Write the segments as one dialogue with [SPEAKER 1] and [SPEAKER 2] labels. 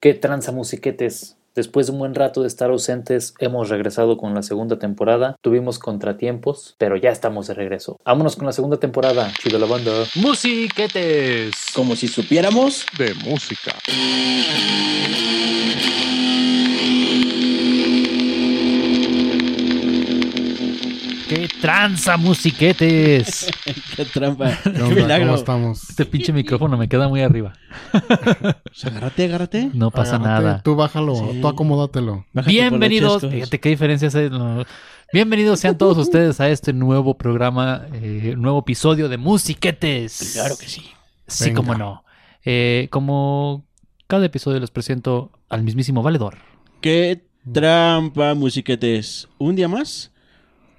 [SPEAKER 1] ¿Qué tranza musiquetes? Después de un buen rato de estar ausentes, hemos regresado con la segunda temporada. Tuvimos contratiempos, pero ya estamos de regreso. Vámonos con la segunda temporada, chido la banda.
[SPEAKER 2] Musiquetes
[SPEAKER 3] Como si supiéramos.
[SPEAKER 2] de música.
[SPEAKER 4] ¡Qué tranza musiquetes!
[SPEAKER 3] Qué trampa.
[SPEAKER 5] ¿Qué
[SPEAKER 3] Qué
[SPEAKER 5] onda? ¿Cómo
[SPEAKER 3] milagro.
[SPEAKER 5] estamos?
[SPEAKER 4] Este pinche micrófono me queda muy arriba.
[SPEAKER 3] Agárrate, agárrate.
[SPEAKER 4] No pasa
[SPEAKER 5] Agárrate,
[SPEAKER 4] nada.
[SPEAKER 5] Tú bájalo,
[SPEAKER 3] Sí.
[SPEAKER 5] tú acomódatelo.
[SPEAKER 3] Bájate
[SPEAKER 4] Bienvenidos.
[SPEAKER 3] por los chescos.
[SPEAKER 4] Fíjate qué diferencia hay. no. Bienvenidos sean todos ustedes a este nuevo programa, eh, nuevo episodio de Musiquetes.
[SPEAKER 3] Claro que sí.
[SPEAKER 4] Sí,
[SPEAKER 5] Venga.
[SPEAKER 4] como no. Eh, como cada episodio les presento al mismísimo valedor.
[SPEAKER 3] Qué trampa, musiquetes. Un día más.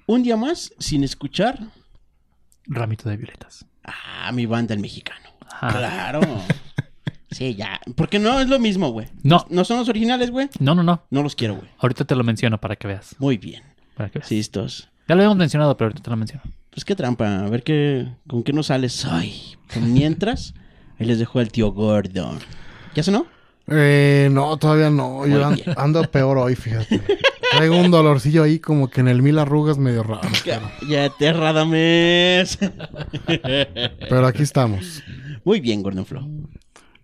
[SPEAKER 3] Un día más sin escuchar
[SPEAKER 4] Ramito de violetas.
[SPEAKER 3] a mi banda el mexicano.
[SPEAKER 5] Ah.
[SPEAKER 4] Ajá.
[SPEAKER 3] Claro. Sí, ya. Porque no es lo mismo, güey.
[SPEAKER 4] No,
[SPEAKER 3] No son los originales, güey.
[SPEAKER 4] no, no, no.
[SPEAKER 3] No los quiero, güey.
[SPEAKER 4] Ahorita te lo menciono para que veas.
[SPEAKER 3] Muy bien.
[SPEAKER 4] Para que veas.
[SPEAKER 3] Sí, estos.
[SPEAKER 4] Ya lo habíamos mencionado, pero ahorita te lo menciono.
[SPEAKER 3] Pues qué trampa. A ver qué, con qué nos sales hoy. Mientras, ahí les dejo al tío Gordon. ¿Ya sonó?
[SPEAKER 5] Eh, no, todavía no. Yo
[SPEAKER 3] Muy
[SPEAKER 5] an-
[SPEAKER 3] bien.
[SPEAKER 5] ando peor hoy, fíjate. Traigo un dolorcillo ahí como que en el mil arrugas medio raro. Pero,
[SPEAKER 3] Ya te Radames.
[SPEAKER 5] pero aquí estamos.
[SPEAKER 3] Muy bien, Gordon Flo.
[SPEAKER 4] Mm.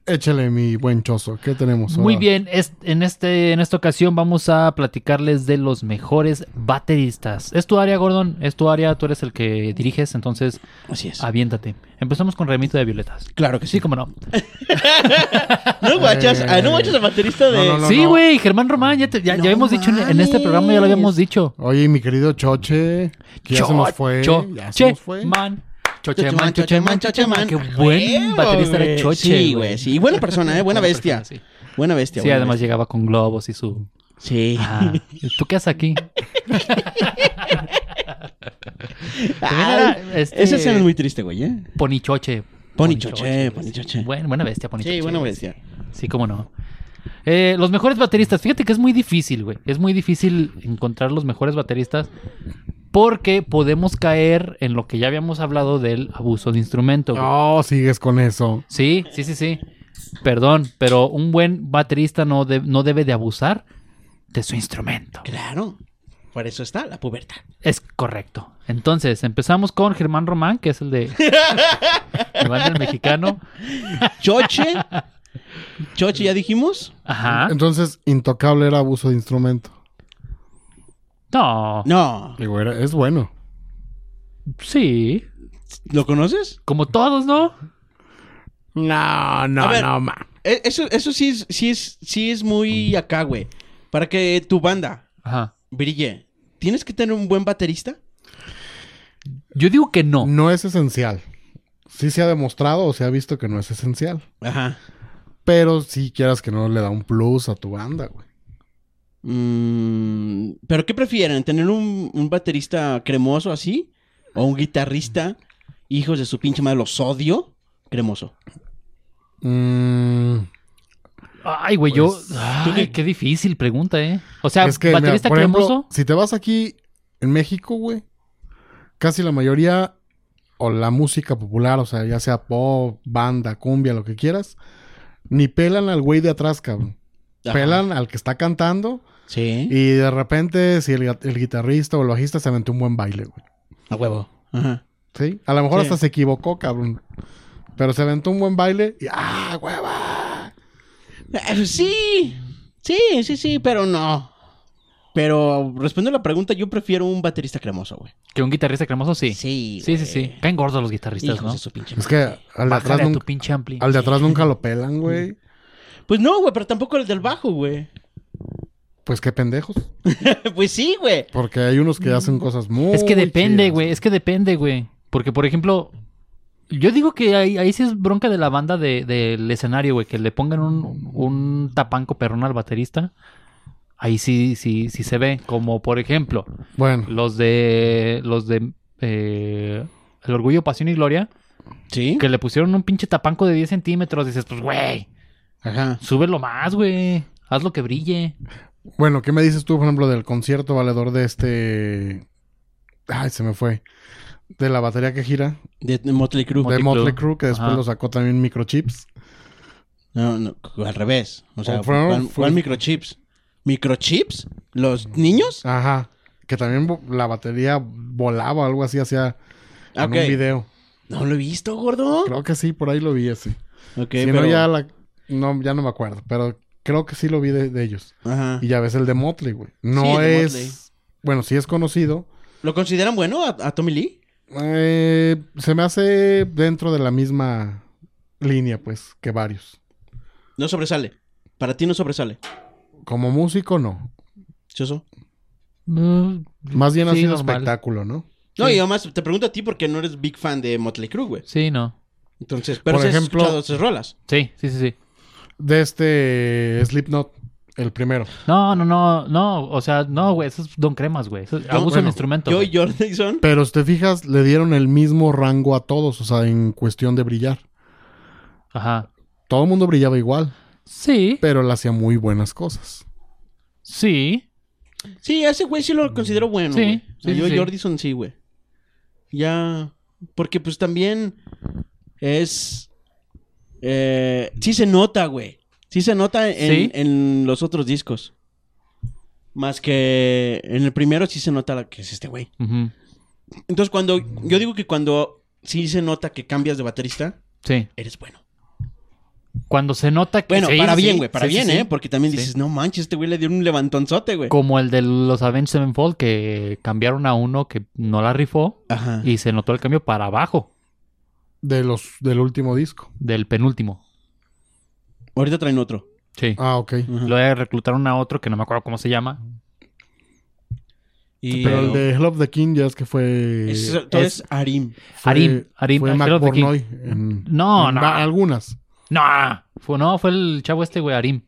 [SPEAKER 5] Échale mi buen chozo. ¿Qué tenemos?
[SPEAKER 4] Muy
[SPEAKER 5] ahora?
[SPEAKER 4] bien, es- en, este, en esta ocasión vamos a platicarles de los mejores bateristas. Es tu área, Gordon, es tu área, tú eres el que diriges, entonces
[SPEAKER 3] Así es.
[SPEAKER 4] aviéntate. Empezamos con Remito de Violetas.
[SPEAKER 3] Claro que
[SPEAKER 4] Ah, Sí,
[SPEAKER 3] sí.
[SPEAKER 4] como no.
[SPEAKER 3] No guachas, ah, no guachas al
[SPEAKER 4] Eh,
[SPEAKER 3] baterista de.
[SPEAKER 5] No, no,
[SPEAKER 4] sí,
[SPEAKER 5] no.
[SPEAKER 4] güey, Germán Román, ya, te- ya, ya
[SPEAKER 3] No
[SPEAKER 4] habíamos dicho en, en este
[SPEAKER 3] mames.
[SPEAKER 4] programa, ya lo habíamos dicho.
[SPEAKER 5] Oye, y mi querido Choche, que ya se nos fue.
[SPEAKER 4] Cho-
[SPEAKER 5] ya se
[SPEAKER 4] che,
[SPEAKER 5] nos fue.
[SPEAKER 4] man. Choche, man, choche, man, choche, man. Qué buen
[SPEAKER 3] Huevo,
[SPEAKER 4] baterista era
[SPEAKER 3] güey.
[SPEAKER 4] Choche.
[SPEAKER 3] Sí, güey, sí. Buena persona, ¿eh? Buena bestia.
[SPEAKER 4] persona, sí.
[SPEAKER 3] Buena bestia,
[SPEAKER 4] Sí,
[SPEAKER 3] buena
[SPEAKER 4] además
[SPEAKER 3] bestia.
[SPEAKER 4] llegaba con globos y su...
[SPEAKER 3] Sí.
[SPEAKER 4] Ah, ¿Tú qué haces aquí? También
[SPEAKER 3] Ay,
[SPEAKER 4] era, este-
[SPEAKER 3] Esa escena es muy triste, güey, ¿eh?
[SPEAKER 4] Ponichoche.
[SPEAKER 3] Ponichoche,
[SPEAKER 4] güey, sí.
[SPEAKER 3] Ponichoche.
[SPEAKER 4] Buen- buena bestia, Ponichoche.
[SPEAKER 3] Sí, buena bestia.
[SPEAKER 4] Sí, cómo no. Eh, los mejores bateristas. Fíjate que es muy difícil, güey. Es muy difícil encontrar los mejores bateristas porque podemos caer en lo que ya habíamos hablado del abuso de instrumento. güey.
[SPEAKER 5] No, sigues con eso.
[SPEAKER 4] Sí, sí, sí, sí. Perdón, pero un buen baterista no, de- no debe de abusar de su instrumento.
[SPEAKER 3] Claro. Por eso está la pubertad.
[SPEAKER 4] Es correcto. Entonces, empezamos con Germán Román, que es el de... Germán del mexicano.
[SPEAKER 3] Choche. Choche, ya dijimos.
[SPEAKER 4] Ajá.
[SPEAKER 5] Entonces, intocable era abuso de instrumento.
[SPEAKER 4] No.
[SPEAKER 3] No.
[SPEAKER 5] Digo, era- es bueno.
[SPEAKER 4] Sí.
[SPEAKER 3] ¿Lo conoces?
[SPEAKER 4] Como todos, ¿no?
[SPEAKER 5] No, no,
[SPEAKER 3] A ver. no,
[SPEAKER 5] ma.
[SPEAKER 3] Eh, Eso, eso sí, es, sí, es, sí es muy acá, güey. Para que tu banda
[SPEAKER 4] Ajá.
[SPEAKER 3] brille, ¿tienes que tener un buen baterista?
[SPEAKER 4] Yo digo que no.
[SPEAKER 5] No es esencial. Sí se ha demostrado o se ha visto que no es esencial.
[SPEAKER 3] Ajá.
[SPEAKER 5] Pero si quieras que no le da un plus a tu banda, güey.
[SPEAKER 3] Mm, ¿Pero qué prefieren? ¿Tener un, un baterista cremoso así? ¿O un guitarrista? Hijos de su pinche madre, los odio. Cremoso.
[SPEAKER 5] Mm,
[SPEAKER 4] Ay, güey, yo. Ay,
[SPEAKER 3] qué-
[SPEAKER 4] qué difícil pregunta, ¿eh? O sea,
[SPEAKER 5] es que, mira,
[SPEAKER 4] baterista
[SPEAKER 5] por ejemplo,
[SPEAKER 4] cremoso.
[SPEAKER 5] si te vas aquí en México, güey, casi la mayoría, o la música popular, o sea, ya sea pop, banda, cumbia, lo que quieras, ni pelan al güey de atrás, cabrón.
[SPEAKER 3] Ajá.
[SPEAKER 5] Pelan al que está cantando
[SPEAKER 3] Sí.
[SPEAKER 5] y de repente si el, ga- el guitarrista o el bajista se aventó un buen baile, güey.
[SPEAKER 3] A huevo. Ajá.
[SPEAKER 5] ¿Sí? A lo mejor
[SPEAKER 3] Sí.
[SPEAKER 5] hasta se equivocó, cabrón. Pero se aventó un buen baile y ¡ah, hueva!
[SPEAKER 3] Eh, Sí. Sí, sí, sí, pero no. Pero respondiendo a la pregunta, yo prefiero un baterista cremoso, güey.
[SPEAKER 4] Que un guitarrista cremoso, sí. Sí,
[SPEAKER 3] Sí,
[SPEAKER 4] sí, sí.
[SPEAKER 3] güey.
[SPEAKER 4] Caen gordos los
[SPEAKER 3] Hijos
[SPEAKER 4] guitarristas,
[SPEAKER 3] de
[SPEAKER 4] ¿no?
[SPEAKER 3] su pinche
[SPEAKER 5] Es
[SPEAKER 3] madre.
[SPEAKER 5] que al de atrás
[SPEAKER 4] Bájale a tu
[SPEAKER 5] nunca,
[SPEAKER 4] pinche ampli.
[SPEAKER 5] al de atrás nunca lo pelan, güey.
[SPEAKER 3] Pues no, güey, pero tampoco el del bajo, güey.
[SPEAKER 5] Pues qué pendejos.
[SPEAKER 3] pues sí, güey.
[SPEAKER 5] Porque hay unos que hacen cosas muy.
[SPEAKER 4] Mm. Es que depende,
[SPEAKER 5] chidas.
[SPEAKER 4] güey. Es que depende, güey. Porque, por ejemplo, yo digo que ahí, ahí sí es bronca de la banda de- del escenario, güey. Que le pongan un, un tapanco perrón al baterista. Ahí sí, sí, sí se ve. Como, por ejemplo,
[SPEAKER 5] Bueno,
[SPEAKER 4] los de. Los de. eh, el Orgullo, Pasión y Gloria.
[SPEAKER 3] Sí.
[SPEAKER 4] Que le pusieron un pinche tapanco de 10 centímetros. Dices, pues, güey,
[SPEAKER 3] Ajá.
[SPEAKER 4] súbelo más, güey. Haz lo que brille.
[SPEAKER 5] bueno, ¿qué me dices tú, por ejemplo, del concierto valedor de este. Ay, se me fue. De la batería que gira,
[SPEAKER 3] De, de Motley Crue.
[SPEAKER 4] Motley
[SPEAKER 5] de
[SPEAKER 4] Crue.
[SPEAKER 5] Motley Crue, que después
[SPEAKER 4] Ajá.
[SPEAKER 5] lo sacó también Microchips.
[SPEAKER 3] No, no, al revés. O sea,
[SPEAKER 5] O fueron-
[SPEAKER 3] ¿cuál, cuál
[SPEAKER 5] fue-
[SPEAKER 3] microchips? ¿Microchips? ¿Los niños?
[SPEAKER 5] Ajá. Que también vo- la batería volaba o algo así hacía en
[SPEAKER 3] Ok.
[SPEAKER 5] un video.
[SPEAKER 3] No lo he visto, gordo.
[SPEAKER 5] Creo que sí, por ahí lo vi ese.
[SPEAKER 3] Ok,
[SPEAKER 5] si
[SPEAKER 3] pero-
[SPEAKER 5] no, ya, la- no, ya no me acuerdo, pero creo que sí lo vi de, de ellos.
[SPEAKER 3] Ajá.
[SPEAKER 5] Y ya ves el de Motley, güey. No
[SPEAKER 3] Sí, el de
[SPEAKER 5] es...
[SPEAKER 3] Motley.
[SPEAKER 5] Bueno, sí es conocido.
[SPEAKER 3] ¿Lo consideran bueno a, a Tommy Lee?
[SPEAKER 5] Eh, se me hace dentro de la misma línea, pues, que varios.
[SPEAKER 3] No sobresale. Para ti no sobresale.
[SPEAKER 5] Como músico, no.
[SPEAKER 3] Choso.
[SPEAKER 4] Mm,
[SPEAKER 5] Más bien ha
[SPEAKER 4] Sí,
[SPEAKER 5] sido
[SPEAKER 4] normal.
[SPEAKER 5] espectáculo, ¿no?
[SPEAKER 3] No,
[SPEAKER 4] Sí.
[SPEAKER 3] y además te pregunto a ti porque no eres big fan de Motley Crue, güey.
[SPEAKER 4] Sí, no.
[SPEAKER 3] Entonces, pero
[SPEAKER 5] Por
[SPEAKER 3] sí has
[SPEAKER 5] ejemplo-
[SPEAKER 3] escuchado esas rolas.
[SPEAKER 4] Sí, sí, sí, sí.
[SPEAKER 5] De este Slipknot, el primero.
[SPEAKER 4] No, no, no, no. O sea, no, güey. Eso es Don Cremas, güey. Eso es abuso del
[SPEAKER 5] bueno,
[SPEAKER 4] instrumento.
[SPEAKER 3] Yo
[SPEAKER 4] güey.
[SPEAKER 3] y Jordan Dixon.
[SPEAKER 5] Pero si te fijas, le dieron el mismo rango a todos, o sea, en cuestión de brillar.
[SPEAKER 4] Ajá.
[SPEAKER 5] Todo el mundo brillaba igual,
[SPEAKER 4] Sí,
[SPEAKER 5] pero él hacía muy buenas cosas.
[SPEAKER 4] sí.
[SPEAKER 3] Sí, a ese güey sí lo considero bueno.
[SPEAKER 4] Sí,
[SPEAKER 3] güey.
[SPEAKER 4] sí,
[SPEAKER 3] yo
[SPEAKER 4] sí,
[SPEAKER 3] y
[SPEAKER 4] sí.
[SPEAKER 3] Jordan Dixon sí, güey. Ya. Porque pues también es. eh, sí se nota, güey. Sí se nota en,
[SPEAKER 4] Sí.
[SPEAKER 3] en los otros discos. Más que en el primero sí se nota la- que es este güey.
[SPEAKER 4] Ujú.
[SPEAKER 3] Entonces, cuando yo digo que cuando sí se nota que cambias de baterista,
[SPEAKER 4] Sí.
[SPEAKER 3] eres bueno.
[SPEAKER 4] Cuando se nota que.
[SPEAKER 3] Bueno,
[SPEAKER 4] sí,
[SPEAKER 3] para
[SPEAKER 4] sí,
[SPEAKER 3] bien, güey, para
[SPEAKER 4] sí, sí,
[SPEAKER 3] bien,
[SPEAKER 4] sí.
[SPEAKER 3] ¿eh? Porque también
[SPEAKER 4] Sí.
[SPEAKER 3] dices, no manches, este güey le dio un levantonzote, güey.
[SPEAKER 4] Como el de los Avenged Sevenfold que cambiaron a uno que no la rifó
[SPEAKER 3] Ajá.
[SPEAKER 4] y se notó el cambio para abajo
[SPEAKER 5] De los, del último disco.
[SPEAKER 4] del penúltimo.
[SPEAKER 3] Ahorita traen otro.
[SPEAKER 4] Sí.
[SPEAKER 5] Ah, ok.
[SPEAKER 3] Ajá.
[SPEAKER 4] Luego reclutaron a otro que no me acuerdo cómo se llama.
[SPEAKER 3] Y-
[SPEAKER 5] Pero el de Hell of the King ya es que fue.
[SPEAKER 3] Es, todo es Arim.
[SPEAKER 5] fue-
[SPEAKER 4] Harim, Harim,
[SPEAKER 5] fue
[SPEAKER 4] Hell
[SPEAKER 5] Mac
[SPEAKER 4] of the King.
[SPEAKER 5] Pornoy en-
[SPEAKER 4] No,
[SPEAKER 5] en
[SPEAKER 4] no.
[SPEAKER 5] va- Algunas.
[SPEAKER 4] No, fue, no, fue el chavo este, güey, Arim.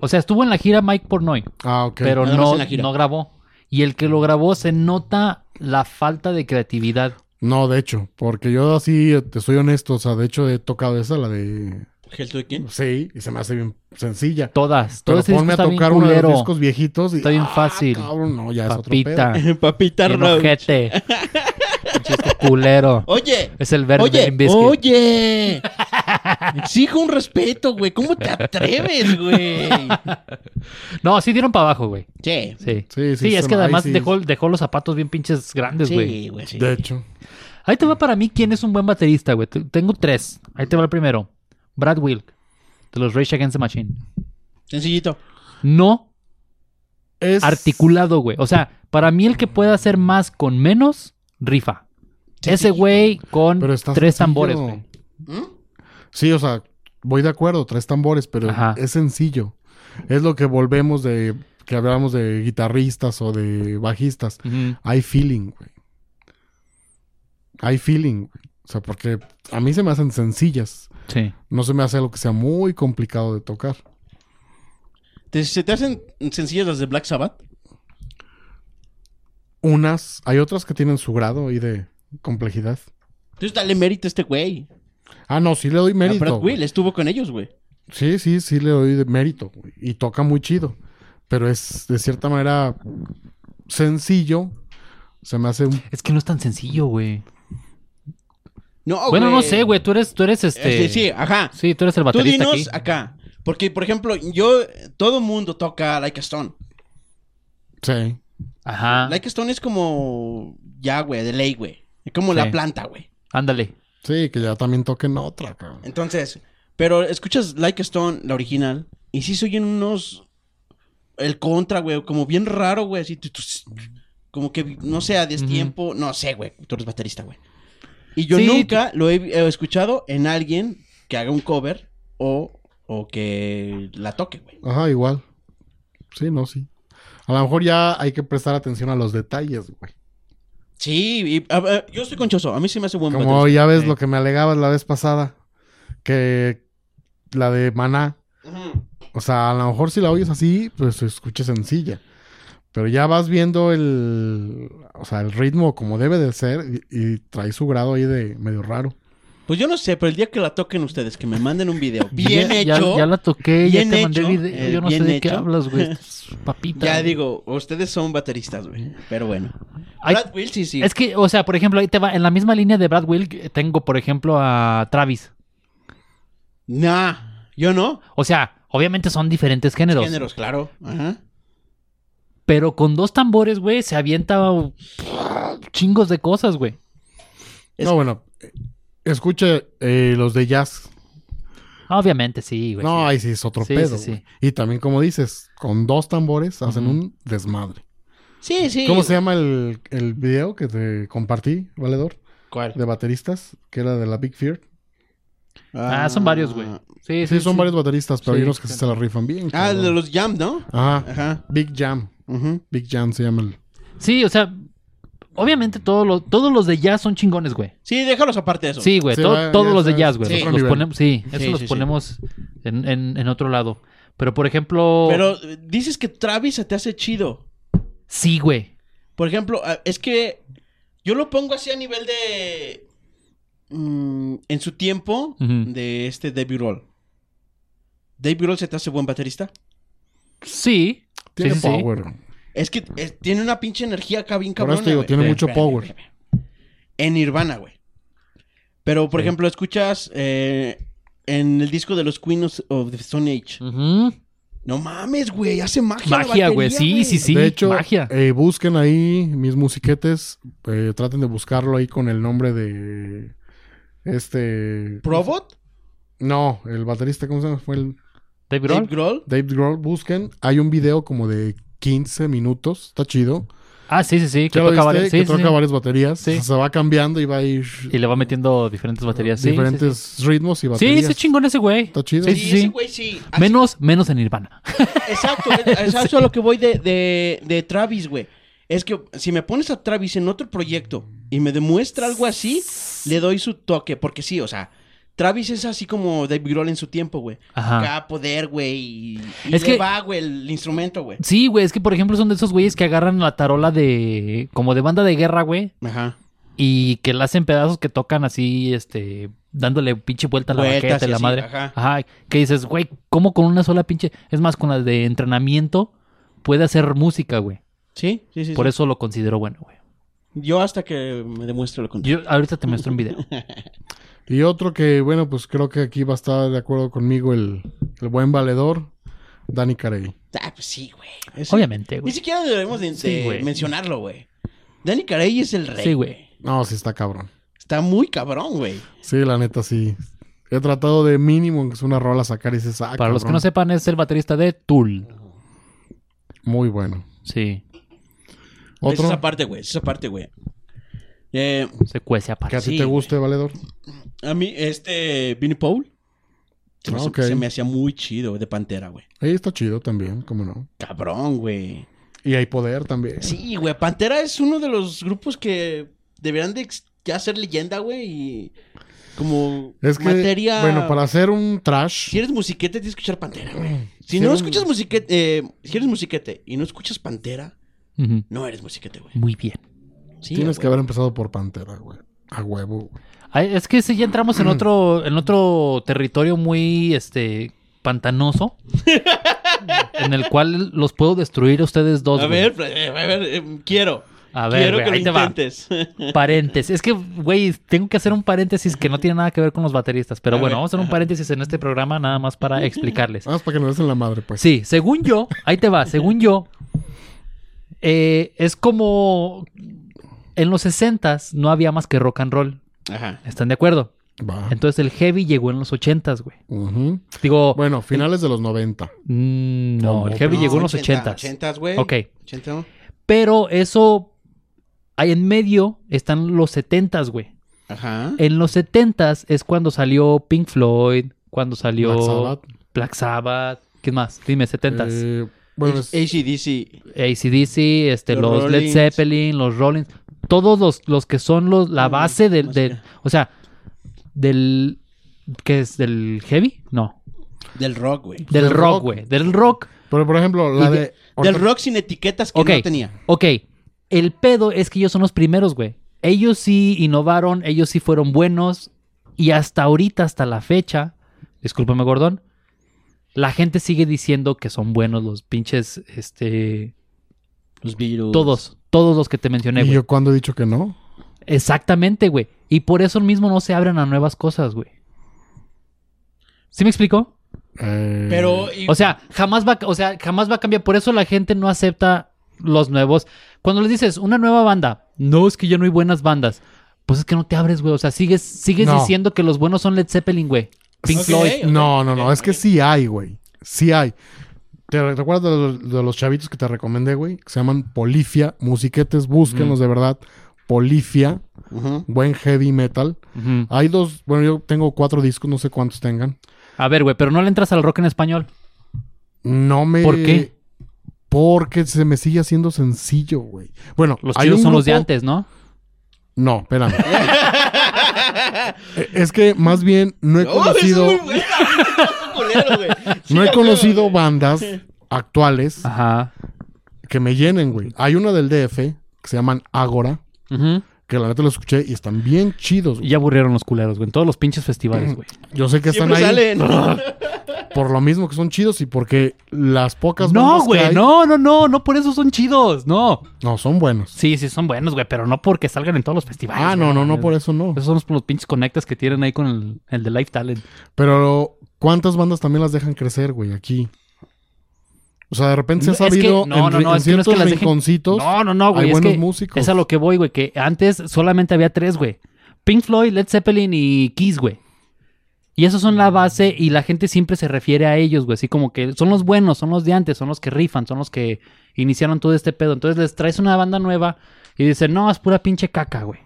[SPEAKER 4] O sea, estuvo en la gira Mike Pornoy,
[SPEAKER 5] Ah, ok.
[SPEAKER 4] pero
[SPEAKER 3] Nada más
[SPEAKER 4] no,
[SPEAKER 3] en la gira.
[SPEAKER 4] no grabó. Y el que lo grabó se nota la falta de creatividad.
[SPEAKER 5] No, de hecho, porque yo así eh, te soy honesto, o sea, de hecho he tocado esa, la de.
[SPEAKER 3] Hell to the King.
[SPEAKER 5] Sí, y se me hace bien sencilla.
[SPEAKER 4] Todas. Todo
[SPEAKER 5] Pero
[SPEAKER 4] ese disco
[SPEAKER 5] ponme a
[SPEAKER 4] está bien
[SPEAKER 5] tocar uno de los
[SPEAKER 4] culero,
[SPEAKER 5] discos viejitos y.
[SPEAKER 4] Está bien
[SPEAKER 5] ah,
[SPEAKER 4] fácil.
[SPEAKER 5] cabrón, no, ya
[SPEAKER 4] Papita.
[SPEAKER 5] es otro
[SPEAKER 3] Papita
[SPEAKER 4] bien
[SPEAKER 3] Roach.
[SPEAKER 4] ojete. Pinche este culero.
[SPEAKER 3] Oye,
[SPEAKER 4] Es el verde
[SPEAKER 3] oye,
[SPEAKER 4] Limp Bizkit.
[SPEAKER 3] oye. Exijo un respeto, güey. ¿Cómo te atreves, güey?
[SPEAKER 4] No, sí dieron para abajo, güey.
[SPEAKER 3] Sí.
[SPEAKER 4] Sí.
[SPEAKER 5] Sí, sí,
[SPEAKER 4] Sí, es
[SPEAKER 5] se-
[SPEAKER 4] que
[SPEAKER 5] ahí
[SPEAKER 4] además
[SPEAKER 5] sí es.
[SPEAKER 4] dejó, dejó los zapatos bien pinches grandes, güey.
[SPEAKER 3] Sí, güey, sí.
[SPEAKER 5] pedo. De hecho,
[SPEAKER 4] Ahí te va para mí quién es un buen baterista, güey. Te- Tengo tres. Ahí te va el primero. Brad Wilk, de los Rage Against the Machine.
[SPEAKER 3] Sencillito.
[SPEAKER 4] No
[SPEAKER 5] es.
[SPEAKER 4] articulado, güey. O sea, para mí el que puede hacer más con menos, rifa. Ese güey con
[SPEAKER 5] Pero está
[SPEAKER 4] tres
[SPEAKER 5] sencillo.
[SPEAKER 4] tambores, güey.
[SPEAKER 3] ¿Mm?
[SPEAKER 5] Sí, o sea, voy de acuerdo, tres tambores, pero
[SPEAKER 4] Ajá.
[SPEAKER 5] es sencillo. Es lo que volvemos de. Que hablábamos de guitarristas o de bajistas.
[SPEAKER 4] Ujú.
[SPEAKER 5] Hay feeling, güey. Hay feeling, güey. O sea, porque a mí se me hacen sencillas.
[SPEAKER 4] Sí.
[SPEAKER 5] No se me hace algo que sea muy complicado de tocar.
[SPEAKER 3] ¿Te- ¿Se te hacen sencillas las de Black Sabbath?
[SPEAKER 5] Unas, hay otras que tienen su grado y de complejidad.
[SPEAKER 3] Entonces dale mérito a este güey.
[SPEAKER 5] Ah, no, sí le doy
[SPEAKER 3] A
[SPEAKER 5] mérito.
[SPEAKER 3] Brad
[SPEAKER 5] güey.
[SPEAKER 3] Will estuvo con ellos, güey.
[SPEAKER 5] Sí, sí, sí le doy de mérito. güey. Y toca muy chido. Pero es de cierta manera sencillo. Se me hace un.
[SPEAKER 4] Es que no es tan sencillo, güey.
[SPEAKER 3] No,
[SPEAKER 4] bueno, no sé, güey. Tú eres, tú eres este.
[SPEAKER 3] Eh, Sí, sí, ajá.
[SPEAKER 4] Sí, tú eres el
[SPEAKER 3] Tú
[SPEAKER 4] baterista aquí.
[SPEAKER 3] dinos acá. Porque, por ejemplo, yo... Todo mundo toca Like a Stone.
[SPEAKER 5] Sí.
[SPEAKER 4] Ajá.
[SPEAKER 3] Like a Stone es como... Ya, güey, de ley, güey. Es como
[SPEAKER 4] Sí.
[SPEAKER 3] la planta, güey.
[SPEAKER 4] Ándale.
[SPEAKER 5] Sí, que ya también toquen otra. cabrón.
[SPEAKER 3] Entonces, pero escuchas Like a Stone, la original, y sí se oyen unos. El contra, güey, como bien raro, güey, así. tu, tu, tu, Como que, no sé, a destiempo. No sé, güey, tú eres baterista, güey. Y yo
[SPEAKER 4] Sí,
[SPEAKER 3] nunca lo he eh, escuchado en alguien que haga un cover o, o que la toque, güey.
[SPEAKER 5] Ajá, igual. Sí, no, sí. A lo mejor ya hay que prestar atención a los detalles, güey.
[SPEAKER 3] Sí, y, a ver, yo estoy conchoso. A mí sí me hace buen
[SPEAKER 5] Como
[SPEAKER 3] baterista.
[SPEAKER 5] ya ves
[SPEAKER 4] Sí.
[SPEAKER 5] lo que me alegabas la vez pasada. Que la de Maná.
[SPEAKER 3] Ujú.
[SPEAKER 5] O sea, a lo mejor si la oyes así, pues se escucha sencilla. Pero ya vas viendo el, o sea, el ritmo como debe de ser y, y trae su grado ahí de medio raro.
[SPEAKER 3] Pues yo no sé, pero el día que la toquen ustedes, que me manden un video bien
[SPEAKER 4] Ya- ya-
[SPEAKER 3] hecho.
[SPEAKER 4] Ya, la toqué,
[SPEAKER 3] bien
[SPEAKER 4] ya te mandé
[SPEAKER 3] hecho,
[SPEAKER 4] video.
[SPEAKER 3] eh,
[SPEAKER 4] Yo no sé
[SPEAKER 3] bien
[SPEAKER 4] de qué
[SPEAKER 3] hecho.
[SPEAKER 4] hablas, güey. Papita.
[SPEAKER 3] Ya
[SPEAKER 4] güey.
[SPEAKER 3] digo, ustedes son bateristas, güey. Pero bueno.
[SPEAKER 4] Ay,
[SPEAKER 3] Brad Will, sí, sí.
[SPEAKER 4] Es que, o sea, por ejemplo, ahí te va. En la misma línea de Brad Will, tengo, por ejemplo, a Travis.
[SPEAKER 3] Nah. Yo no.
[SPEAKER 4] O sea, obviamente son diferentes géneros.
[SPEAKER 3] Géneros, claro. Ajá.
[SPEAKER 4] Pero con dos tambores, güey, se avienta uh, chingos de cosas, güey.
[SPEAKER 3] Es-
[SPEAKER 5] No, bueno, eh, escuche eh, los de jazz.
[SPEAKER 4] Obviamente, sí, güey.
[SPEAKER 5] no,
[SPEAKER 4] sí.
[SPEAKER 5] ahí sí es otro
[SPEAKER 4] Sí,
[SPEAKER 5] pedo.
[SPEAKER 4] sí, sí.
[SPEAKER 5] güey. Y también, como dices, con dos tambores hacen
[SPEAKER 4] Ujú.
[SPEAKER 5] un desmadre.
[SPEAKER 3] Sí, sí.
[SPEAKER 5] ¿Cómo se llama el, el video que te compartí, Valedor?
[SPEAKER 3] ¿Cuál?
[SPEAKER 5] De bateristas, que era de la Big Fear.
[SPEAKER 4] Ah, son varios, güey. Sí, sí,
[SPEAKER 5] Sí, son
[SPEAKER 4] sí.
[SPEAKER 5] varios bateristas, pero hay
[SPEAKER 4] Sí,
[SPEAKER 5] unos que sí se la rifan bien.
[SPEAKER 3] Ah,
[SPEAKER 5] cabrón.
[SPEAKER 3] de los Jam, ¿no?
[SPEAKER 5] Ajá.
[SPEAKER 3] Ajá.
[SPEAKER 5] Big Jam.
[SPEAKER 3] ujú.
[SPEAKER 5] Big Jam se llama el.
[SPEAKER 4] Sí, o sea, obviamente todos los, todos los de jazz son chingones, güey.
[SPEAKER 3] Sí, déjalos aparte de eso.
[SPEAKER 4] Sí, güey,
[SPEAKER 5] Sí,
[SPEAKER 4] to-
[SPEAKER 5] va, ya
[SPEAKER 4] todos los de
[SPEAKER 5] sabes,
[SPEAKER 4] jazz, güey.
[SPEAKER 3] sí.
[SPEAKER 4] Los-
[SPEAKER 5] otro
[SPEAKER 4] Los
[SPEAKER 5] nivel.
[SPEAKER 4] ponemos, sí, esos
[SPEAKER 3] Sí,
[SPEAKER 4] los
[SPEAKER 3] sí, sí.
[SPEAKER 4] ponemos En, en- en otro lado. Pero por ejemplo,
[SPEAKER 3] Pero eh, dices que Travis se te hace chido.
[SPEAKER 4] sí, güey.
[SPEAKER 3] Por ejemplo, ah, es que yo lo pongo así a nivel de. mm, en su tiempo
[SPEAKER 4] Ujú.
[SPEAKER 3] de este Dave Roll. ¿Dave Roll se te hace buen baterista?
[SPEAKER 4] Sí.
[SPEAKER 5] Tiene
[SPEAKER 4] Sí, sí, sí.
[SPEAKER 5] power.
[SPEAKER 3] Es que eh, tiene una pinche energía acá bien
[SPEAKER 5] Por
[SPEAKER 3] cabrona.
[SPEAKER 5] eso te digo,
[SPEAKER 3] güey.
[SPEAKER 5] tiene
[SPEAKER 4] Sí.
[SPEAKER 5] mucho
[SPEAKER 3] Espérame,
[SPEAKER 5] power.
[SPEAKER 3] espérame. En Nirvana, güey. Pero, por
[SPEAKER 4] Sí.
[SPEAKER 3] ejemplo, escuchas eh, en el disco de los Queens of the Stone Age.
[SPEAKER 4] Ujú.
[SPEAKER 3] No mames, güey, hace magia. la
[SPEAKER 4] Mm. Magia, güey.
[SPEAKER 3] batería,
[SPEAKER 4] Sí, sí, sí.
[SPEAKER 5] de hecho,
[SPEAKER 4] magia.
[SPEAKER 5] eh, busquen ahí mis musiquetes. eh, traten de buscarlo ahí con el nombre de. Este.
[SPEAKER 3] ¿Probot?
[SPEAKER 5] No, el baterista, ¿cómo se llama? Fue el
[SPEAKER 4] Dave
[SPEAKER 3] Dave
[SPEAKER 4] Grohl.
[SPEAKER 3] Grohl.
[SPEAKER 5] Dave Grohl. Busquen. Hay un video como de 15 minutos. Está chido.
[SPEAKER 4] Ah, sí, sí, sí. Que
[SPEAKER 5] Ya lo
[SPEAKER 4] toca
[SPEAKER 5] viste,
[SPEAKER 4] varias. Sí,
[SPEAKER 5] que
[SPEAKER 4] sí,
[SPEAKER 5] toca
[SPEAKER 4] sí.
[SPEAKER 5] varias baterías.
[SPEAKER 4] Sí.
[SPEAKER 5] O sea, se va cambiando y va a ir.
[SPEAKER 4] Y le va metiendo diferentes baterías. Sí, sí,
[SPEAKER 5] diferentes ritmos y
[SPEAKER 4] Sí, sí,
[SPEAKER 5] baterías.
[SPEAKER 4] sí, es chingón ese güey.
[SPEAKER 5] Está chido.
[SPEAKER 4] Sí, sí,
[SPEAKER 3] Sí,
[SPEAKER 4] sí.
[SPEAKER 3] ese güey sí. Así-
[SPEAKER 4] Menos, menos en Nirvana.
[SPEAKER 3] Exacto, es- es a eso a lo que voy de, de, de Travis, güey. Es que si me pones a Travis en otro proyecto y me demuestra algo así, le doy su toque. Porque sí, o sea, Travis es así como Dave Grohl en su tiempo, güey.
[SPEAKER 4] Ajá.
[SPEAKER 3] Acá poder, güey. Y, y
[SPEAKER 4] Es
[SPEAKER 3] le
[SPEAKER 4] que-
[SPEAKER 3] va, güey, el instrumento, güey.
[SPEAKER 4] Sí, güey, es que por ejemplo son de esos güeyes que agarran la tarola de. como de banda de guerra, güey.
[SPEAKER 3] Ajá.
[SPEAKER 4] Y que la hacen pedazos que tocan así, este. dándole pinche vuelta a la
[SPEAKER 3] Vueltas y
[SPEAKER 4] baqueta y la
[SPEAKER 3] así,
[SPEAKER 4] madre.
[SPEAKER 3] ajá.
[SPEAKER 4] Que dices, güey, ¿cómo con una sola pinche. Es más, con la de entrenamiento puede hacer música, güey.
[SPEAKER 3] Sí, sí, sí.
[SPEAKER 4] Por
[SPEAKER 3] sí.
[SPEAKER 4] eso lo considero bueno, güey.
[SPEAKER 3] Yo hasta que me demuestre lo contrario.
[SPEAKER 4] Yo ahorita te muestro un video.
[SPEAKER 5] Y otro que, bueno, pues creo que aquí va a estar de acuerdo conmigo el, el buen valedor, Danny Carey.
[SPEAKER 3] Ah, pues sí, güey. Ese-
[SPEAKER 4] Obviamente,
[SPEAKER 3] Ni
[SPEAKER 4] güey.
[SPEAKER 3] siquiera debemos de,
[SPEAKER 4] Sí,
[SPEAKER 3] de
[SPEAKER 4] güey.
[SPEAKER 3] mencionarlo, güey. Danny Carey es el rey.
[SPEAKER 4] Sí, güey.
[SPEAKER 5] No, sí está cabrón.
[SPEAKER 3] Está muy cabrón, güey.
[SPEAKER 5] Sí, la neta, sí. He tratado de mínimo que es una rola sacar y "Ah, se saca.
[SPEAKER 4] Para los que no sepan, es el baterista de Tool.
[SPEAKER 5] Muy bueno.
[SPEAKER 4] Sí,
[SPEAKER 3] Esa Es
[SPEAKER 5] Otro
[SPEAKER 3] esa parte, güey. esa Es esa parte, güey. Eh,
[SPEAKER 4] se cuece
[SPEAKER 5] que
[SPEAKER 4] aparte.
[SPEAKER 5] a ti
[SPEAKER 3] sí,
[SPEAKER 5] te
[SPEAKER 3] güey.
[SPEAKER 5] guste, valedor.
[SPEAKER 3] a mí, este Vinnie Paul se me,
[SPEAKER 5] Ah,
[SPEAKER 3] se-
[SPEAKER 5] ok.
[SPEAKER 3] se me hacía muy chido de pantera, güey.
[SPEAKER 5] Ahí está chido también, cómo no.
[SPEAKER 3] Cabrón, güey.
[SPEAKER 5] Y hay poder también.
[SPEAKER 3] Sí, güey. Pantera es uno de los grupos que deberían de ex- ya ser leyenda, güey. Y como
[SPEAKER 5] Es que,
[SPEAKER 3] materia.
[SPEAKER 5] bueno, para hacer un trash,
[SPEAKER 3] Si eres musiquete, tienes que escuchar pantera, güey. Si
[SPEAKER 5] Si
[SPEAKER 3] no
[SPEAKER 5] eres-
[SPEAKER 3] escuchas musiquete, eh, si eres musiquete y no escuchas pantera,
[SPEAKER 4] Ujú.
[SPEAKER 3] no eres musiquete, güey.
[SPEAKER 4] Muy bien.
[SPEAKER 3] Sí,
[SPEAKER 5] tienes que
[SPEAKER 3] güey.
[SPEAKER 5] haber empezado por Pantera, güey. A huevo. güey.
[SPEAKER 4] Ay, Es que sí, ya entramos en otro, en otro territorio muy este pantanoso. en el cual los puedo destruir a ustedes dos.
[SPEAKER 3] A
[SPEAKER 4] güey.
[SPEAKER 3] ver, eh, a ver, eh, quiero.
[SPEAKER 4] a ver,
[SPEAKER 3] quiero
[SPEAKER 4] güey,
[SPEAKER 3] que
[SPEAKER 4] ahí te
[SPEAKER 3] lo
[SPEAKER 4] va.
[SPEAKER 3] intentes.
[SPEAKER 4] Paréntesis. Es que, güey, tengo que hacer un paréntesis que no tiene nada que ver con los bateristas. Pero
[SPEAKER 3] A
[SPEAKER 4] bueno,
[SPEAKER 3] ver,
[SPEAKER 4] vamos a hacer un
[SPEAKER 3] ajá.
[SPEAKER 4] paréntesis en este programa nada más para explicarles.
[SPEAKER 5] Vamos para que nos des en la madre, pues.
[SPEAKER 4] Sí, según yo, ahí te va, según yo, eh, es como en los 60s no había más que rock and roll.
[SPEAKER 3] Ajá.
[SPEAKER 4] ¿Están de acuerdo?
[SPEAKER 5] Va.
[SPEAKER 4] Entonces el heavy llegó en los 80s, güey.
[SPEAKER 5] Ujú.
[SPEAKER 4] Digo,
[SPEAKER 5] Bueno,
[SPEAKER 3] eh,
[SPEAKER 5] finales de los 90.
[SPEAKER 4] mm, no,
[SPEAKER 5] no,
[SPEAKER 4] el heavy
[SPEAKER 5] no,
[SPEAKER 4] llegó en los 80s.
[SPEAKER 3] 80, güey.
[SPEAKER 4] Ok,
[SPEAKER 3] 80.
[SPEAKER 4] pero eso, ahí en medio están los 70s, güey.
[SPEAKER 3] Ajá.
[SPEAKER 5] Eh,
[SPEAKER 4] En los 70s es cuando salió Pink Floyd, cuando salió
[SPEAKER 5] Black Sabbath.
[SPEAKER 4] Black Sabbath. ¿Quién más? Dime, 70s.
[SPEAKER 5] Eh, bueno, es-
[SPEAKER 3] ACDC.
[SPEAKER 4] ACDC, este,
[SPEAKER 3] Los
[SPEAKER 4] los, Led
[SPEAKER 3] Rollins.
[SPEAKER 4] Zeppelin, los Rollins, todos los, los que son los, la
[SPEAKER 3] Mm,
[SPEAKER 4] base del,
[SPEAKER 3] música.
[SPEAKER 4] del- o sea, del, ¿qué es? ¿Del heavy? No,
[SPEAKER 3] Del rock, güey.
[SPEAKER 4] del
[SPEAKER 5] Del
[SPEAKER 4] rock,
[SPEAKER 5] rock.
[SPEAKER 4] güey, del rock.
[SPEAKER 5] pero por ejemplo, la
[SPEAKER 4] Y de-
[SPEAKER 5] de.
[SPEAKER 3] Del
[SPEAKER 5] ahorita-
[SPEAKER 3] rock sin etiquetas que
[SPEAKER 4] Ok,
[SPEAKER 3] no tenía.
[SPEAKER 4] ok, el pedo es que ellos son los primeros, güey. Ellos sí innovaron, ellos sí fueron buenos y hasta ahorita, hasta la fecha, discúlpame Gordón, la gente sigue diciendo que son buenos los pinches, este,
[SPEAKER 3] Los virus.
[SPEAKER 4] todos, todos los que te mencioné,
[SPEAKER 5] ¿Y
[SPEAKER 4] güey.
[SPEAKER 5] yo cuando he dicho que no?
[SPEAKER 4] Exactamente, güey. Y por eso mismo no se abren a nuevas cosas, güey. ¿Sí me explico?
[SPEAKER 5] Eh,
[SPEAKER 3] Pero. y-
[SPEAKER 4] Mm. O sea, jamás va, o sea, jamás va a cambiar. Por eso la gente no acepta los nuevos. Cuando les dices una nueva banda, no es que ya no hay buenas bandas. Pues es que no te abres, güey. O sea, sigues, sigues
[SPEAKER 5] No.
[SPEAKER 4] diciendo que los buenos son Led Zeppelin, güey. Pink
[SPEAKER 3] Ok,
[SPEAKER 4] Floyd.
[SPEAKER 3] ok,
[SPEAKER 5] No, no,
[SPEAKER 3] ok,
[SPEAKER 5] no. Es que
[SPEAKER 3] ok.
[SPEAKER 5] sí hay, güey. Sí hay. ¿Te re- recuerdas de los, de los chavitos que te recomendé, güey? Que se llaman Polifia. Musiquetes, búsquenlos
[SPEAKER 4] Mm.
[SPEAKER 5] de verdad. Polifia.
[SPEAKER 3] Ujú.
[SPEAKER 5] Buen heavy metal.
[SPEAKER 4] Ujú.
[SPEAKER 5] Hay dos. Bueno, yo tengo cuatro discos, no sé cuántos tengan.
[SPEAKER 4] A ver, güey, pero no le entras al rock en español.
[SPEAKER 5] No me.
[SPEAKER 4] ¿Por qué?
[SPEAKER 5] Porque se me sigue haciendo sencillo, güey. Bueno,
[SPEAKER 4] Los
[SPEAKER 5] hay
[SPEAKER 4] chidos
[SPEAKER 5] un
[SPEAKER 4] son los de
[SPEAKER 5] grupo-
[SPEAKER 4] antes, ¿no?
[SPEAKER 5] No, espérame. Eh, es que más bien no he
[SPEAKER 3] No,
[SPEAKER 5] conocido.
[SPEAKER 3] ¡Oh, eso es muy bueno, eso culero, güey. Sí,
[SPEAKER 5] No he
[SPEAKER 3] a
[SPEAKER 5] conocido
[SPEAKER 3] huevo, güey.
[SPEAKER 5] bandas actuales
[SPEAKER 4] Ajá.
[SPEAKER 5] que me llenen, güey. Hay una del DF que se llaman Ágora, que la neta lo escuché y están bien chidos, güey.
[SPEAKER 4] Y aburrieron los culeros, güey. En todos los pinches festivales, güey.
[SPEAKER 5] Yo sé que están
[SPEAKER 3] Siempre
[SPEAKER 5] ahí
[SPEAKER 3] salen.
[SPEAKER 5] por lo mismo que son chidos y porque las pocas
[SPEAKER 4] No,
[SPEAKER 5] bandas que
[SPEAKER 4] güey,
[SPEAKER 5] hay-
[SPEAKER 4] no, no, no, no por eso son chidos, no.
[SPEAKER 5] No, son buenos.
[SPEAKER 4] Sí, sí, son buenos, güey, pero no porque salgan en todos los festivales.
[SPEAKER 5] Ah, no,
[SPEAKER 4] güey.
[SPEAKER 5] no, no, por eso no.
[SPEAKER 4] Esos son los, los pinches conectas que tienen ahí con el, el de Life Talent.
[SPEAKER 5] Pero ¿cuántas bandas también las dejan crecer, güey, aquí? O sea, de repente se ha
[SPEAKER 4] Es que-
[SPEAKER 5] sabido en, en ciertos
[SPEAKER 4] dejen-
[SPEAKER 5] rinconcitos.
[SPEAKER 4] No, no, no, güey.
[SPEAKER 5] hay
[SPEAKER 4] es
[SPEAKER 5] buenos
[SPEAKER 4] que
[SPEAKER 5] músicos.
[SPEAKER 4] Es a lo que voy, güey, que antes solamente había tres, güey. Pink Floyd, Led Zeppelin y Kiss, güey. Y esos son la base y la gente siempre se refiere a ellos, güey. Así como que son los buenos, son los de antes, son los que rifan, son los que iniciaron todo este pedo. Entonces les traes una banda nueva y dicen, no, es pura pinche caca, güey.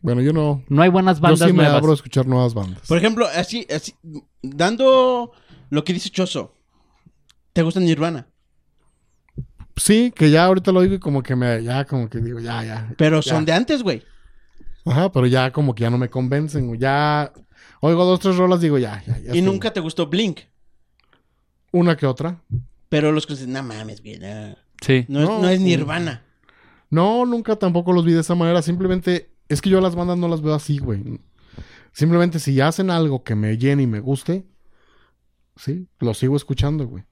[SPEAKER 5] Bueno, yo no.
[SPEAKER 4] No hay buenas
[SPEAKER 5] Yo
[SPEAKER 4] bandas
[SPEAKER 5] sí me
[SPEAKER 4] nuevas.
[SPEAKER 5] abro a escuchar nuevas bandas.
[SPEAKER 3] Por ejemplo, así, así, dando lo que dice Choso. ¿Te gusta Nirvana?
[SPEAKER 5] Sí, que ya ahorita lo digo y como que me, ya como que digo, ya, ya.
[SPEAKER 3] Pero
[SPEAKER 5] Ya.
[SPEAKER 3] son de antes, güey.
[SPEAKER 5] Ajá, pero ya como que ya no me convencen, güey. Ya oigo dos, tres rolas, digo, ya, ya, ya.
[SPEAKER 3] Y
[SPEAKER 5] estuvo.
[SPEAKER 3] nunca te gustó Blink.
[SPEAKER 5] Una que otra.
[SPEAKER 3] Pero los que dicen, no mames, güey. No,
[SPEAKER 4] Sí.
[SPEAKER 3] no, es,
[SPEAKER 5] No,
[SPEAKER 3] no es
[SPEAKER 5] güey.
[SPEAKER 3] Nirvana.
[SPEAKER 5] No, nunca tampoco los vi de esa manera. Simplemente, es que yo a las bandas no las veo así, güey. Simplemente si hacen algo que me llene y me guste, sí, lo sigo escuchando, güey.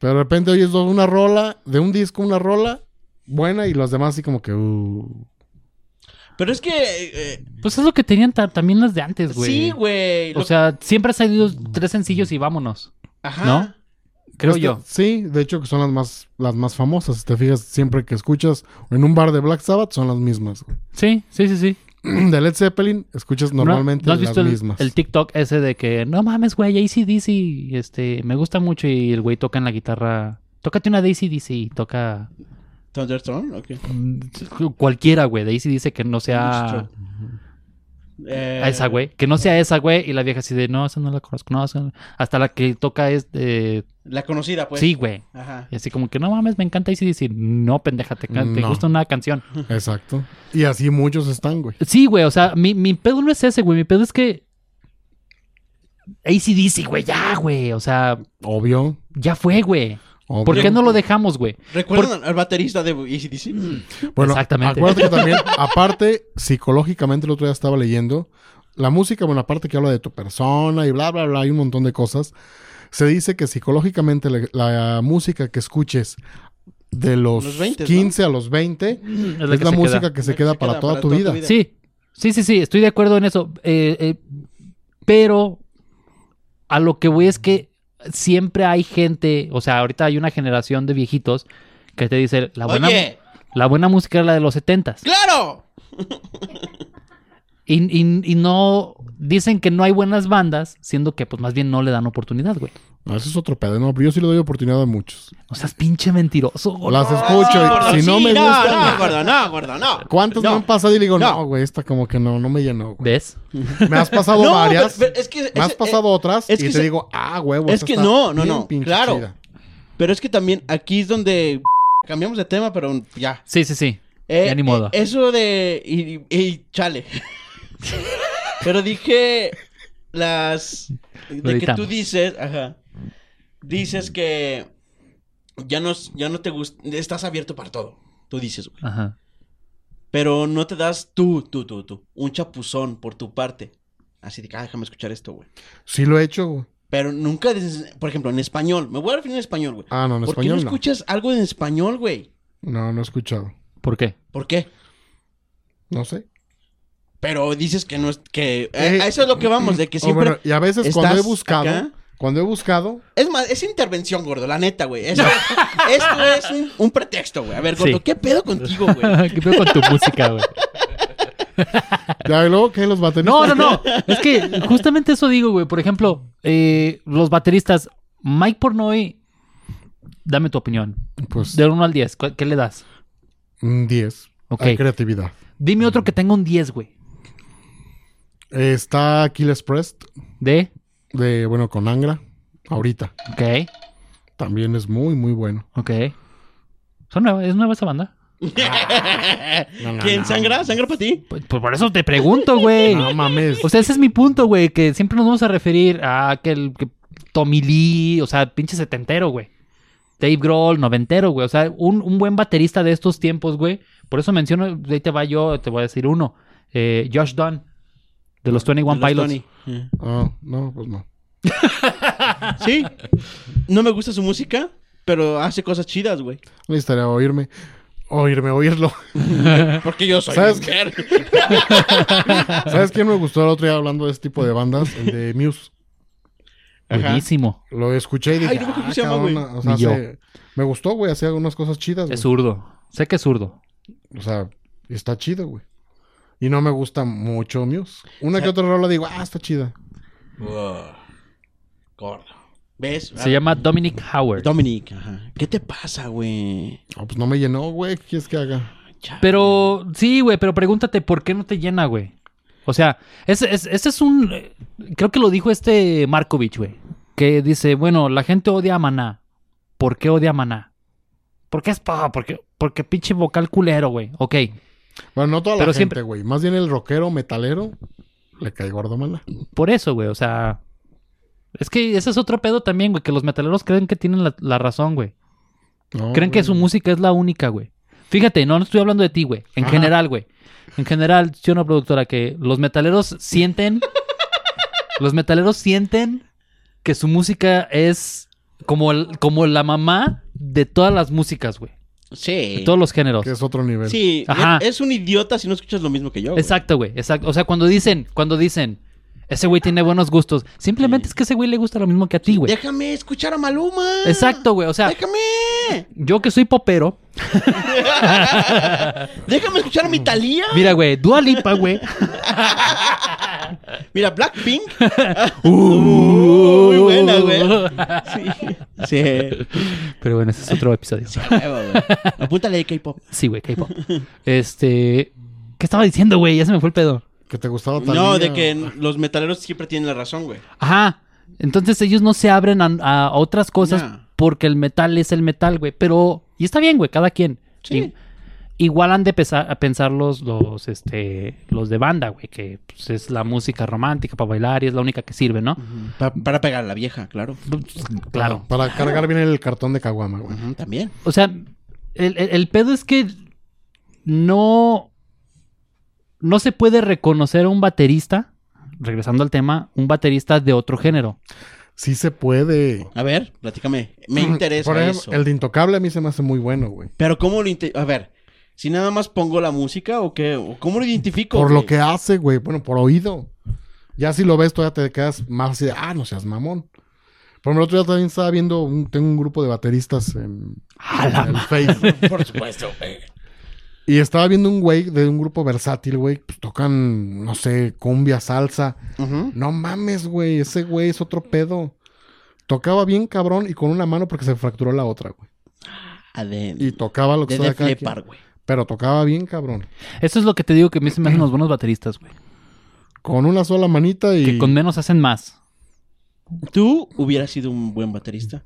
[SPEAKER 5] Pero de repente oyes dos- una rola, de un disco una rola buena y las demás así como que... uh.
[SPEAKER 3] Pero es que. eh,
[SPEAKER 4] Pues es lo que tenían ta- también las de antes, güey.
[SPEAKER 3] sí, güey.
[SPEAKER 4] O
[SPEAKER 3] Lo-
[SPEAKER 4] sea, siempre ha salido tres sencillos y vámonos.
[SPEAKER 3] ajá.
[SPEAKER 4] ¿no? Creo
[SPEAKER 5] Pues que-
[SPEAKER 4] yo.
[SPEAKER 5] Sí, de hecho que son las más, las más famosas. Si te fijas, siempre que escuchas en un bar de Black Sabbath son las mismas. güey.
[SPEAKER 4] Sí, sí, sí, sí.
[SPEAKER 5] De Led Zeppelin escuchas
[SPEAKER 4] ¿No-
[SPEAKER 5] normalmente
[SPEAKER 4] ¿no has
[SPEAKER 5] las
[SPEAKER 4] visto el,
[SPEAKER 5] mismas.
[SPEAKER 4] el TikTok ese de que no mames, güey, ACDC, este, me gusta mucho y el güey toca en la guitarra. Tócate una de ACDC y toca mm,
[SPEAKER 3] Thunderstorm, ok.
[SPEAKER 4] cualquiera, güey, de ACDC que no sea
[SPEAKER 3] Eh,
[SPEAKER 4] a esa, güey. Que no sea esa, güey. Y la vieja así de, no, esa no la conozco, no, esa no". Hasta la que toca es de...
[SPEAKER 3] La conocida, pues.
[SPEAKER 4] sí, güey.
[SPEAKER 3] Ajá.
[SPEAKER 4] Y así como que, no mames, me encanta ACDC. No, pendeja, te, ca- te
[SPEAKER 5] No.
[SPEAKER 4] gusta una canción.
[SPEAKER 5] Exacto. Y así muchos están, güey.
[SPEAKER 4] Sí, güey, o sea, mi, mi pedo no es ese, güey. Mi pedo es que... ACDC, güey, ya, güey. O sea,
[SPEAKER 5] Obvio.
[SPEAKER 4] ya fue, güey.
[SPEAKER 5] obvio.
[SPEAKER 4] ¿Por qué no lo dejamos, güey?
[SPEAKER 3] ¿Recuerdan al baterista de ACDC?
[SPEAKER 5] Bueno,
[SPEAKER 4] Exactamente.
[SPEAKER 5] Acuérdate que también, aparte, psicológicamente, el otro día estaba leyendo. La música, bueno, aparte que habla de tu persona y bla, bla, bla, hay un montón de cosas. Se dice que psicológicamente la, la música que escuches de los,
[SPEAKER 3] Los 20, ¿no?
[SPEAKER 5] 15 a los 20
[SPEAKER 4] Es
[SPEAKER 5] es
[SPEAKER 4] la,
[SPEAKER 5] la,
[SPEAKER 4] que se
[SPEAKER 5] música
[SPEAKER 4] queda.
[SPEAKER 5] que se queda para toda tu vida.
[SPEAKER 4] Sí, sí, sí, sí, estoy de acuerdo en eso. Eh, eh, pero a lo que voy es que siempre hay gente, o sea, ahorita hay una generación de viejitos que te dice, la buena,
[SPEAKER 3] Oye,
[SPEAKER 4] la buena música era la de los setentas.
[SPEAKER 3] claro.
[SPEAKER 4] Y, y- y no, dicen que no hay buenas bandas, siendo que pues más bien no le dan oportunidad, güey.
[SPEAKER 5] No, eso es otro pedo, no, pero yo sí le doy oportunidad a muchos.
[SPEAKER 4] O sea, es pinche mentiroso, güey.
[SPEAKER 5] Las escucho
[SPEAKER 3] Sí, gordo,
[SPEAKER 5] y si no
[SPEAKER 3] sí,
[SPEAKER 5] me
[SPEAKER 3] No,
[SPEAKER 5] gustan,
[SPEAKER 3] gordo, no, gordo, no.
[SPEAKER 5] ¿cuántas
[SPEAKER 3] No.
[SPEAKER 5] me han pasado? Y le digo,
[SPEAKER 3] No.
[SPEAKER 5] no, güey, esta como que no, no me llenó. güey.
[SPEAKER 4] ¿Ves?
[SPEAKER 5] Me has pasado
[SPEAKER 3] No,
[SPEAKER 5] varias.
[SPEAKER 3] pero- pero es que
[SPEAKER 5] me has
[SPEAKER 3] ese- eh,
[SPEAKER 5] pasado otras
[SPEAKER 3] es
[SPEAKER 5] y
[SPEAKER 3] que
[SPEAKER 5] te
[SPEAKER 3] se-
[SPEAKER 5] digo, ah, huevo.
[SPEAKER 3] es
[SPEAKER 5] esta
[SPEAKER 3] que
[SPEAKER 5] está
[SPEAKER 3] no, no,
[SPEAKER 5] bien
[SPEAKER 3] no,
[SPEAKER 5] pinche
[SPEAKER 3] claro.
[SPEAKER 5] chida".
[SPEAKER 3] Pero es que también aquí es donde cambiamos de tema, pero ya.
[SPEAKER 4] Sí, sí, sí.
[SPEAKER 3] Eh,
[SPEAKER 4] Ya ni
[SPEAKER 3] eh,
[SPEAKER 4] modo.
[SPEAKER 3] eso de. Y, y- y chale. pero dije. Las.
[SPEAKER 4] Lo
[SPEAKER 3] De que tú
[SPEAKER 4] editamos.
[SPEAKER 3] dices. Ajá. Dices que. Ya no, ya no te gusta. Estás abierto para todo. Tú dices, güey.
[SPEAKER 4] Ajá.
[SPEAKER 3] Pero no te das tú, tú, tú, tú. Un chapuzón por tu parte. Así de que, ah, déjame escuchar esto, güey.
[SPEAKER 5] Sí lo he hecho, güey.
[SPEAKER 3] Pero nunca dices, por ejemplo, en español. Me voy a referir en español, güey.
[SPEAKER 5] Ah, no, en
[SPEAKER 3] ¿Por
[SPEAKER 5] español
[SPEAKER 3] qué no
[SPEAKER 5] no.
[SPEAKER 3] escuchas algo en español, güey?
[SPEAKER 5] No, no he escuchado.
[SPEAKER 4] ¿Por qué?
[SPEAKER 3] ¿Por qué?
[SPEAKER 5] No sé.
[SPEAKER 3] Pero dices que no es que
[SPEAKER 5] Eh,
[SPEAKER 3] a a eso es lo que vamos, de que
[SPEAKER 5] O
[SPEAKER 3] siempre
[SPEAKER 5] bueno, y a veces cuando he
[SPEAKER 3] estás
[SPEAKER 5] buscado,
[SPEAKER 3] acá.
[SPEAKER 5] Cuando he buscado,
[SPEAKER 3] Es más, es intervención, gordo, la neta, güey. Esto, esto es un, un pretexto, güey. A ver, gordo,
[SPEAKER 4] Sí.
[SPEAKER 3] ¿qué pedo contigo, güey?
[SPEAKER 4] ¿Qué pedo con tu música, güey?
[SPEAKER 5] ya y luego que los bateristas.
[SPEAKER 4] No, no, no. Es que justamente eso digo, güey. Por ejemplo, eh, los bateristas, Mike Pornoy, dame tu opinión.
[SPEAKER 5] Pues
[SPEAKER 4] Del 1 al 10, ¿cu- ¿qué le das?
[SPEAKER 5] un 10.
[SPEAKER 4] Ok.
[SPEAKER 5] Hay creatividad.
[SPEAKER 4] Dime otro que tenga un 10, güey.
[SPEAKER 5] Eh, Está Kill Express,
[SPEAKER 4] ¿De?
[SPEAKER 5] de, bueno, con Angra, ahorita.
[SPEAKER 4] Ok,
[SPEAKER 5] También es muy, muy bueno.
[SPEAKER 4] ok. ¿Son nueva- ¿Es nueva esa banda?
[SPEAKER 3] ¿Quién sangra? ¿Sangra para ti?
[SPEAKER 4] Pues, pues por eso te pregunto, güey.
[SPEAKER 5] No mames.
[SPEAKER 4] O sea, ese es mi punto, güey. Que siempre nos vamos a referir a aquel que Tommy Lee, o sea, pinche setentero, güey. Dave Grohl, noventero, güey. O sea, un, un buen baterista de estos tiempos, güey. Por eso menciono, de ahí te va yo, te voy a decir uno. Eh, Josh Dunn, de los 21
[SPEAKER 3] Los
[SPEAKER 4] Pilots.
[SPEAKER 3] Tony. Eh.
[SPEAKER 5] Ah, no, pues no.
[SPEAKER 3] Sí. No me gusta su música, pero hace cosas chidas, güey.
[SPEAKER 5] Necesitaría oírme. Oírme, oírlo.
[SPEAKER 3] Porque yo soy
[SPEAKER 5] ¿Sabes
[SPEAKER 3] mujer.
[SPEAKER 5] ¿Sabes quién me gustó el otro día hablando de este tipo de bandas? El de Muse.
[SPEAKER 3] Ajá.
[SPEAKER 4] Buenísimo.
[SPEAKER 5] Lo escuché y dije,
[SPEAKER 3] Ay, no me acuerdo cómo se
[SPEAKER 5] "Ah,
[SPEAKER 3] llama,
[SPEAKER 5] cabrón,
[SPEAKER 3] güey".
[SPEAKER 5] o sea,
[SPEAKER 4] Ni yo.
[SPEAKER 5] hace- me gustó, güey. Hacía algunas cosas chidas.
[SPEAKER 4] Es
[SPEAKER 5] güey.
[SPEAKER 4] zurdo. Sé que es zurdo.
[SPEAKER 5] O sea, está chido, güey. Y no me gusta mucho Muse. Una que otra rola digo, ah, está chida.
[SPEAKER 3] Gordo. ¿Ves? Ah,
[SPEAKER 4] Se llama Dominic Howard.
[SPEAKER 3] Dominic. Ajá. ¿Qué te pasa, güey?
[SPEAKER 5] No, pues no me llenó, güey. ¿Qué quieres que haga?
[SPEAKER 3] Chale.
[SPEAKER 4] Pero, sí, güey, pero pregúntate por qué no te llena, güey. O sea, ese, ese- ese es un. eh, Creo que lo dijo este Markovich, güey. Que dice, bueno, la gente odia a Maná. ¿Por qué odia a Maná? Porque es paja, porque, porque pinche vocal culero, güey. Ok.
[SPEAKER 5] Bueno, no toda la
[SPEAKER 4] Pero
[SPEAKER 5] gente,
[SPEAKER 4] siempre-
[SPEAKER 5] güey. Más bien el rockero metalero le cae gordo mala.
[SPEAKER 4] Por eso, güey. O sea. Es que ese es otro pedo también, güey. Que los metaleros creen que tienen la, la razón, güey.
[SPEAKER 5] No,
[SPEAKER 4] Creen que
[SPEAKER 5] güey.
[SPEAKER 4] su música es la única, güey. Fíjate, no, no estoy hablando de ti, güey. En
[SPEAKER 5] Ajá.
[SPEAKER 4] general, güey. En general, yo una productora que los metaleros sienten. los metaleros sienten que su música es como, el- como la mamá de todas las músicas, güey. De
[SPEAKER 3] Sí.
[SPEAKER 4] todos los géneros.
[SPEAKER 5] Que es otro nivel.
[SPEAKER 3] Sí.
[SPEAKER 4] Ajá.
[SPEAKER 3] Es un idiota si no escuchas lo mismo que yo. güey.
[SPEAKER 4] Exacto, güey. Exacto. O sea, cuando dicen, cuando dicen, ese güey tiene buenos gustos. Simplemente es que ese güey le gusta lo mismo que a ti, güey.
[SPEAKER 3] Déjame escuchar a Maluma.
[SPEAKER 4] Exacto, güey. O sea,
[SPEAKER 3] Déjame.
[SPEAKER 4] yo que soy popero.
[SPEAKER 3] Déjame escuchar a mi Thalía.
[SPEAKER 4] Mira, güey, Dua Lipa, güey.
[SPEAKER 3] Mira, Blackpink. Uh,
[SPEAKER 4] Uh.
[SPEAKER 3] muy buena, güey. Sí. Sí.
[SPEAKER 4] Pero bueno, ese es otro episodio.
[SPEAKER 3] Huevo, güey. Apúntale de K-pop.
[SPEAKER 4] Sí, güey, K-pop. Este. ¿Qué estaba diciendo, güey? Ya se me fue el pedo.
[SPEAKER 5] Que te gustaba Thalía.
[SPEAKER 3] No, de que los metaleros siempre tienen la razón, güey.
[SPEAKER 4] Ajá. Entonces ellos no se abren a, a otras cosas
[SPEAKER 3] No.
[SPEAKER 4] porque el metal es el metal, güey. Pero. Y está bien, güey, cada quien.
[SPEAKER 3] Sí.
[SPEAKER 4] I- igual han de pesa- a pensar los, los, este, los de banda, güey, que pues, es la música romántica para bailar y es la única que sirve, ¿no?
[SPEAKER 3] Pa- para pegar a la vieja, claro.
[SPEAKER 4] Claro.
[SPEAKER 5] Para, para cargar bien el cartón de caguama, güey.
[SPEAKER 3] Ujú, también.
[SPEAKER 4] O sea, el, el- el pedo es que no. No se puede reconocer a un baterista, regresando al tema, un baterista de otro género.
[SPEAKER 5] Sí se puede.
[SPEAKER 3] A ver, platícame. Me interesa
[SPEAKER 5] Por ejemplo,
[SPEAKER 3] eso.
[SPEAKER 5] el de Intocable a mí se me hace muy bueno, güey.
[SPEAKER 3] Pero ¿cómo lo inte- A ver, si nada más pongo la música o qué, ¿O ¿cómo lo identifico?
[SPEAKER 5] Por lo
[SPEAKER 3] güey?
[SPEAKER 5] que hace, güey. Bueno, por oído. Ya si lo ves, todavía te quedas más así de, ah, no seas mamón. Por ejemplo, el otro día también estaba viendo, un- tengo un grupo de bateristas en, en el Face.
[SPEAKER 3] Por supuesto, güey.
[SPEAKER 5] Y estaba viendo un güey de un grupo versátil, güey. Pues tocan, no sé, cumbia, salsa.
[SPEAKER 3] Ujú.
[SPEAKER 5] No mames, güey. Ese güey es otro pedo. Tocaba bien cabrón y con una mano porque se fracturó la otra, güey.
[SPEAKER 3] Ah, de-
[SPEAKER 5] Y tocaba lo que estaba
[SPEAKER 3] de Def
[SPEAKER 5] acá.
[SPEAKER 3] Leppard, güey.
[SPEAKER 5] Pero tocaba bien cabrón.
[SPEAKER 4] Eso es lo que te digo que a mí se me hacen los buenos bateristas, güey.
[SPEAKER 5] Con una sola manita y.
[SPEAKER 4] Que con menos hacen más.
[SPEAKER 3] Tú hubieras sido un buen baterista,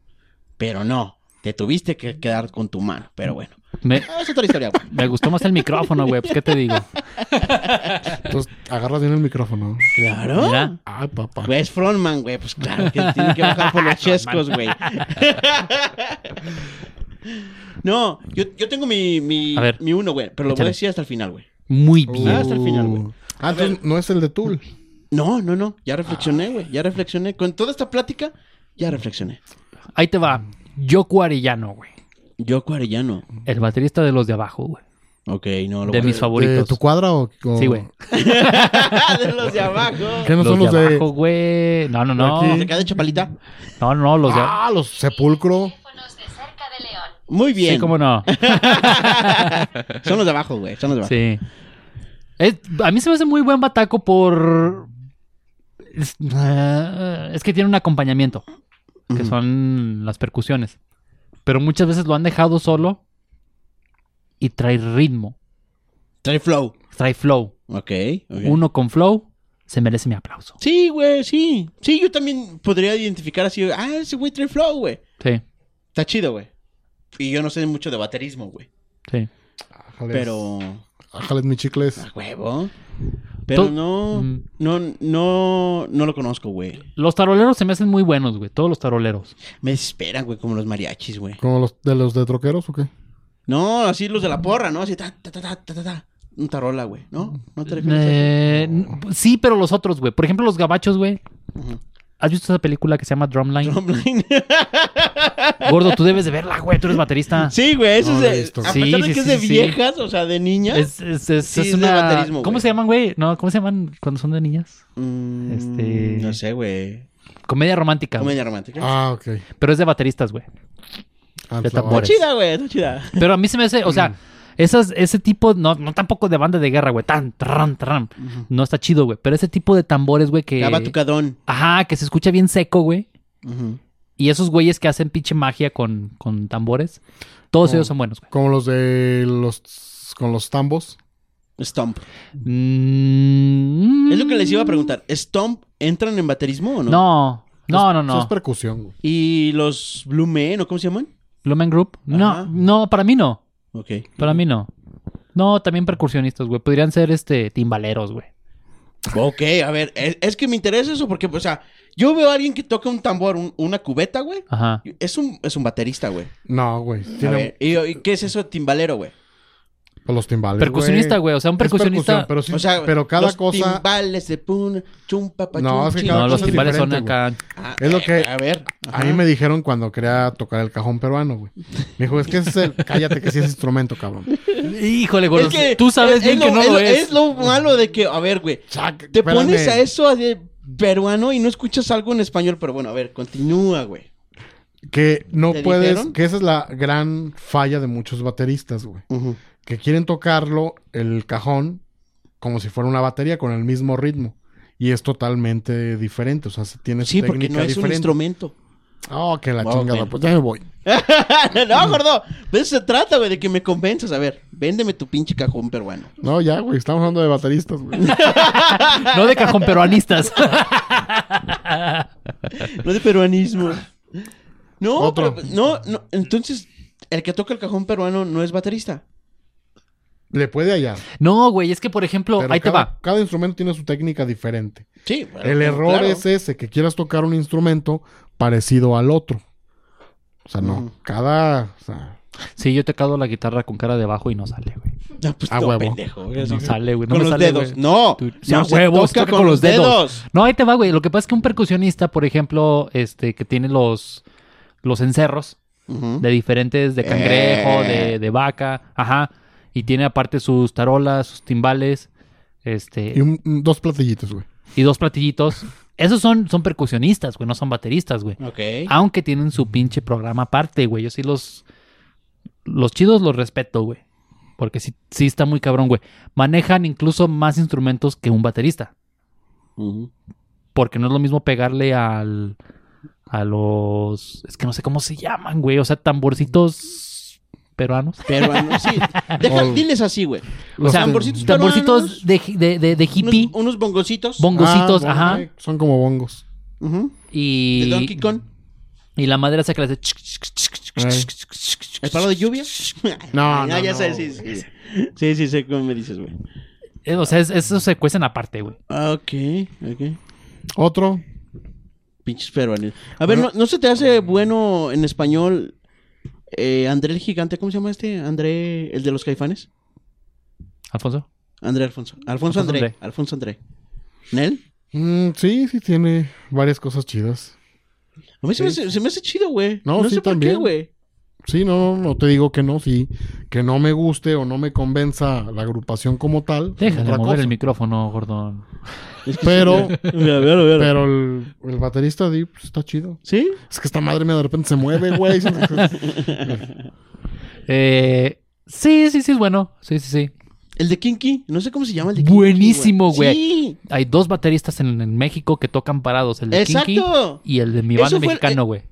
[SPEAKER 3] pero no. Te tuviste que quedar con tu mano, pero bueno.
[SPEAKER 4] Me,
[SPEAKER 3] Ah, Es otra historia, güey.
[SPEAKER 4] me gustó más el micrófono, güey. Pues, ¿qué te digo?
[SPEAKER 5] Entonces agarras bien el micrófono.
[SPEAKER 3] Claro.
[SPEAKER 4] Mira.
[SPEAKER 5] Ay, papá.
[SPEAKER 3] Güey, es frontman, güey. Pues claro que tiene que bajar por los chescos, güey. no, yo, yo tengo mi, mi,
[SPEAKER 4] A ver.
[SPEAKER 3] mi uno, güey. Pero lo voy
[SPEAKER 4] Échale.
[SPEAKER 3] a decir hasta el final, güey.
[SPEAKER 4] Muy
[SPEAKER 5] Uh.
[SPEAKER 4] bien.
[SPEAKER 3] hasta el final, güey.
[SPEAKER 5] Ah, entonces no es el de Tool.
[SPEAKER 3] No, no, no. Ya reflexioné, güey. Ya reflexioné. Con toda esta plática, ya reflexioné.
[SPEAKER 4] Ahí te va. Yoko Arellano, güey.
[SPEAKER 3] Yo, Arellano.
[SPEAKER 4] El baterista de los de abajo, güey.
[SPEAKER 3] Ok, no lo
[SPEAKER 4] De
[SPEAKER 3] voy
[SPEAKER 4] mis
[SPEAKER 3] a...
[SPEAKER 5] ¿De
[SPEAKER 4] favoritos.
[SPEAKER 5] tu cuadra o...? o-
[SPEAKER 4] Sí, güey.
[SPEAKER 3] de los de abajo.
[SPEAKER 5] ¿Qué no
[SPEAKER 4] los
[SPEAKER 5] son los
[SPEAKER 4] de
[SPEAKER 5] de...?
[SPEAKER 4] abajo, güey. No, no, no.
[SPEAKER 5] Aquí.
[SPEAKER 3] ¿De acá de Chapalita?
[SPEAKER 4] No, no, los de
[SPEAKER 5] Ah, los sepulcro.
[SPEAKER 6] Teléfonos de cerca de León.
[SPEAKER 3] Muy bien.
[SPEAKER 4] Sí, cómo no.
[SPEAKER 3] Son los de abajo, güey. Son los de abajo.
[SPEAKER 4] Sí. Es- a mí se me hace muy buen bataco por... Es, ah, es que tiene un acompañamiento, que
[SPEAKER 3] Ujú.
[SPEAKER 4] son las percusiones. Pero muchas veces lo han dejado solo y trae ritmo,
[SPEAKER 3] Trae flow.
[SPEAKER 4] trae flow.
[SPEAKER 3] Ok. ok.
[SPEAKER 4] Uno con flow se merece mi aplauso.
[SPEAKER 3] Sí, güey, sí. Sí, yo también podría identificar así. Ah, ese güey trae flow, güey.
[SPEAKER 4] Sí,
[SPEAKER 3] Está chido, güey. Y yo no sé mucho de baterismo, güey.
[SPEAKER 4] sí.
[SPEAKER 5] Ájales.
[SPEAKER 3] Pero.
[SPEAKER 5] Ájales mis chicles.
[SPEAKER 3] A huevo. Pero
[SPEAKER 4] To-
[SPEAKER 3] no,
[SPEAKER 4] Mm.
[SPEAKER 3] no, no, no lo conozco, güey.
[SPEAKER 4] Los taroleros se me hacen muy buenos, güey. Todos los taroleros.
[SPEAKER 3] Me desesperan, güey, como los mariachis, güey.
[SPEAKER 5] ¿Como los de los de troqueros o qué?
[SPEAKER 3] No, así los de la porra, ¿no? Así, ta, ta, ta, ta, ta, ta, ta. Un tarola, güey, ¿no? ¿No te refieres
[SPEAKER 4] Eh, n- sí, pero los otros, güey. Por ejemplo, los gabachos, güey.
[SPEAKER 3] Ujú.
[SPEAKER 4] ¿Has visto esa película que se llama
[SPEAKER 3] a
[SPEAKER 4] Drumline?
[SPEAKER 3] eso? Drumline.
[SPEAKER 4] Gordo, tú debes de verla, güey. Tú eres baterista.
[SPEAKER 3] sí, güey, eso
[SPEAKER 5] No,
[SPEAKER 3] es
[SPEAKER 5] lo he
[SPEAKER 3] de...
[SPEAKER 5] visto.
[SPEAKER 3] A pesar
[SPEAKER 4] Sí,
[SPEAKER 3] de
[SPEAKER 4] sí,
[SPEAKER 3] que es
[SPEAKER 4] sí,
[SPEAKER 3] de
[SPEAKER 4] sí.
[SPEAKER 3] viejas, o sea, de niñas.
[SPEAKER 4] Es, es, es,
[SPEAKER 3] Sí,
[SPEAKER 4] es
[SPEAKER 3] es de
[SPEAKER 4] una...
[SPEAKER 3] baterismo, güey.
[SPEAKER 4] ¿Cómo se llaman, güey? No, ¿cómo se llaman cuando son de niñas?
[SPEAKER 3] Mm,
[SPEAKER 4] este-
[SPEAKER 3] No sé, güey.
[SPEAKER 4] Comedia romántica. güey.
[SPEAKER 3] Comedia romántica.
[SPEAKER 5] Ah, ok.
[SPEAKER 4] Pero es de bateristas, güey.
[SPEAKER 5] Ah,
[SPEAKER 4] De
[SPEAKER 5] la
[SPEAKER 4] tambores.
[SPEAKER 5] vara.
[SPEAKER 3] chida, güey, está chida.
[SPEAKER 4] Pero a mí se me hace, o
[SPEAKER 3] Mm.
[SPEAKER 4] sea, esas, ese tipo, no, no tampoco de banda de guerra, güey. Tan, tran, tran. No está chido, güey. Pero ese tipo de tambores, güey, que.
[SPEAKER 3] La batucadón.
[SPEAKER 4] Ajá, que se escucha bien seco, güey.
[SPEAKER 3] Ujú.
[SPEAKER 4] Y esos güeyes que hacen pinche magia con, con tambores, todos
[SPEAKER 5] Oh.
[SPEAKER 4] ellos son buenos, güey.
[SPEAKER 5] Como los de los... Con los tambos.
[SPEAKER 3] Stomp.
[SPEAKER 4] Mm.
[SPEAKER 3] Es lo que les iba a preguntar. ¿Stomp entran en baterismo o no? Pues,
[SPEAKER 4] No, no,
[SPEAKER 5] Es-
[SPEAKER 4] no,
[SPEAKER 5] eso Es
[SPEAKER 4] no.
[SPEAKER 5] percusión, güey.
[SPEAKER 3] ¿Y los Blue Men o cómo se llaman?
[SPEAKER 4] Lumen Group.
[SPEAKER 3] Ajá.
[SPEAKER 4] No, no, para mí no.
[SPEAKER 3] Ok.
[SPEAKER 4] Para mí no. No, también percusionistas, güey. Podrían ser este timbaleros, güey.
[SPEAKER 3] Ok, a ver, es, es que me interesa eso porque, o sea, yo veo a alguien que toca un tambor, un- una cubeta, güey.
[SPEAKER 4] Ajá.
[SPEAKER 3] Es un, es un baterista, güey.
[SPEAKER 5] No, güey.
[SPEAKER 3] A
[SPEAKER 5] Tiene
[SPEAKER 3] ver, ¿y, y qué es eso de timbalero, güey?
[SPEAKER 5] pues, los timbales,
[SPEAKER 4] Percusionista, güey. O sea, un
[SPEAKER 5] Es percusión,
[SPEAKER 4] percusionista.
[SPEAKER 5] pero sí,
[SPEAKER 3] O sea,
[SPEAKER 5] pero cada
[SPEAKER 3] los
[SPEAKER 5] cosa...
[SPEAKER 3] timbales de pun, chumpa, pa,
[SPEAKER 5] No,
[SPEAKER 3] chum,
[SPEAKER 5] es que
[SPEAKER 3] chin,
[SPEAKER 5] cada
[SPEAKER 4] No, los
[SPEAKER 5] cosa es
[SPEAKER 3] chin.
[SPEAKER 4] timbales son
[SPEAKER 5] diferente,
[SPEAKER 4] acá.
[SPEAKER 3] Ah,
[SPEAKER 5] es lo
[SPEAKER 3] eh,
[SPEAKER 5] que-
[SPEAKER 3] A ver.
[SPEAKER 5] A mí me dijeron cuando quería tocar el cajón peruano, güey. Me dijo, es que ese es el... Cállate, que sí es instrumento, cabrón.
[SPEAKER 4] Híjole, güey. tú sabes bien que no lo es.
[SPEAKER 3] Es lo malo de que, a ver, güey,
[SPEAKER 5] Chac,
[SPEAKER 3] te
[SPEAKER 5] espérame.
[SPEAKER 3] pones a eso de peruano y no escuchas algo en español, pero bueno, a ver, continúa, güey.
[SPEAKER 5] Que no
[SPEAKER 3] ¿Te
[SPEAKER 5] puedes...
[SPEAKER 3] dijeron?
[SPEAKER 5] Que esa es la gran falla de muchos bateristas, güey. que quieren tocarlo el cajón como si fuera una batería con el mismo ritmo. Y es totalmente diferente, o sea, se tiene su
[SPEAKER 3] Sí, porque
[SPEAKER 5] técnica
[SPEAKER 3] no es un
[SPEAKER 5] diferente.
[SPEAKER 3] instrumento.
[SPEAKER 5] Oh, que la
[SPEAKER 3] Wow,
[SPEAKER 5] chingada,
[SPEAKER 3] man.
[SPEAKER 5] pues ya me voy.
[SPEAKER 3] no, gordo, de eso se trata, güey, de que me convenzas. A ver, véndeme tu pinche cajón peruano.
[SPEAKER 5] No, ya, güey, estamos hablando de bateristas, güey.
[SPEAKER 4] No de cajón peruanistas.
[SPEAKER 3] No de peruanismo. No,
[SPEAKER 5] Otro.
[SPEAKER 3] pero- no, no, entonces, el que toca el cajón peruano no es baterista.
[SPEAKER 5] Le puede hallar.
[SPEAKER 4] no, güey. Es que, por
[SPEAKER 3] Oh,
[SPEAKER 4] ejemplo,
[SPEAKER 5] pero
[SPEAKER 4] ahí te
[SPEAKER 5] cada,
[SPEAKER 4] va.
[SPEAKER 5] cada instrumento tiene su técnica diferente.
[SPEAKER 3] Sí, bueno,
[SPEAKER 5] el
[SPEAKER 3] claro.
[SPEAKER 5] error es ese, que quieras tocar un instrumento parecido al otro. O sea, no,
[SPEAKER 3] Ujú.
[SPEAKER 5] cada... o sea,
[SPEAKER 4] Sí, yo he tocado la guitarra con cara de abajo y no sale, güey.
[SPEAKER 3] No, pues
[SPEAKER 5] A
[SPEAKER 3] no,
[SPEAKER 5] Ah, huevo.
[SPEAKER 3] pendejo. güey,
[SPEAKER 4] No
[SPEAKER 3] así.
[SPEAKER 4] sale, güey. No
[SPEAKER 3] con
[SPEAKER 4] me
[SPEAKER 3] los
[SPEAKER 4] sale,
[SPEAKER 3] dedos.
[SPEAKER 4] güey.
[SPEAKER 3] No,
[SPEAKER 4] Tú-
[SPEAKER 3] no,
[SPEAKER 4] no,
[SPEAKER 3] se
[SPEAKER 4] huevos,
[SPEAKER 3] toca
[SPEAKER 4] toca con los dedos. No, ahí te va, güey. Lo que pasa es que un percusionista, por ejemplo, este, que tiene los, los encerros
[SPEAKER 3] Ujú.
[SPEAKER 4] de diferentes, de cangrejo,
[SPEAKER 3] Eh.
[SPEAKER 4] de, de vaca, ajá. Y tiene aparte sus tarolas, sus timbales, este,
[SPEAKER 5] y un- un- dos platillitos, güey.
[SPEAKER 4] y dos platillitos. Esos son, son percusionistas, güey, no son bateristas, güey.
[SPEAKER 3] Ok.
[SPEAKER 4] Aunque tienen su pinche programa aparte, güey. Yo sí los. Los chidos los respeto, güey. Porque sí, sí está muy cabrón, güey. Manejan incluso más instrumentos que un baterista.
[SPEAKER 3] Ujú.
[SPEAKER 4] Porque no es lo mismo pegarle al. A los. Es que no sé cómo se llaman, güey. O sea, tamborcitos peruanos.
[SPEAKER 3] Peruano, sí. Deja,
[SPEAKER 5] O-
[SPEAKER 3] diles así, güey.
[SPEAKER 4] O sea,
[SPEAKER 3] tamborcitos
[SPEAKER 4] tamborcitos de, de, de, de
[SPEAKER 3] Unos,
[SPEAKER 4] hippie,
[SPEAKER 3] unos bongocitos.
[SPEAKER 4] bongositos,
[SPEAKER 5] Ah,
[SPEAKER 4] ajá.
[SPEAKER 5] bueno, Son como bongos.
[SPEAKER 3] Ujú. De Donkey
[SPEAKER 4] Y,
[SPEAKER 3] Kong.
[SPEAKER 4] y la madera esa que le hace.
[SPEAKER 5] Ay.
[SPEAKER 3] ¿El palo de lluvia?
[SPEAKER 5] No,
[SPEAKER 3] Ay,
[SPEAKER 5] no,
[SPEAKER 3] ya
[SPEAKER 5] no,
[SPEAKER 3] sé, sí, sí. sí. Sí, sí, sé cómo me dices, güey.
[SPEAKER 4] Eh, O sea, es- esos se cuecen aparte, güey.
[SPEAKER 3] Ah, Ok, ok.
[SPEAKER 5] Otro,
[SPEAKER 3] Pinches peruanos. A ver, ¿no, no se te hace bueno en español eh, André el Gigante? ¿Cómo se llama este? André, el de los caifanes.
[SPEAKER 4] Alfonso.
[SPEAKER 3] André Alfonso.
[SPEAKER 4] Alfonso
[SPEAKER 3] Alfonso André.
[SPEAKER 4] André.
[SPEAKER 3] Alfonso André. ¿Nel?
[SPEAKER 5] Mm, sí, sí tiene varias cosas chidas.
[SPEAKER 3] A mí se, me hace, se me hace chido, güey. No,
[SPEAKER 5] No, sí,
[SPEAKER 3] sé por qué,
[SPEAKER 5] también.
[SPEAKER 3] güey.
[SPEAKER 5] Sí, no, no, no te digo que no, sí. Que no me guste o no me convenza la agrupación como tal. es
[SPEAKER 4] Deja de
[SPEAKER 5] otra
[SPEAKER 4] mover
[SPEAKER 5] cosa.
[SPEAKER 4] el micrófono, Gordon.
[SPEAKER 5] Pero,
[SPEAKER 3] Mira, mira, mira.
[SPEAKER 5] pero el, el baterista di, pues, está chido.
[SPEAKER 3] ¿Sí?
[SPEAKER 5] Es que esta madre mía de repente se mueve, güey.
[SPEAKER 4] Eh, sí, sí, sí, es bueno. Sí, sí, sí.
[SPEAKER 3] El de Kinky. No sé cómo se llama el de Kinky.
[SPEAKER 4] Buenísimo, güey.
[SPEAKER 3] Sí.
[SPEAKER 4] Hay dos bateristas en, en México que tocan parados. El de
[SPEAKER 3] Exacto.
[SPEAKER 4] Kinky y el de mi banda
[SPEAKER 3] Eso fue- eh,
[SPEAKER 4] mexicano, güey.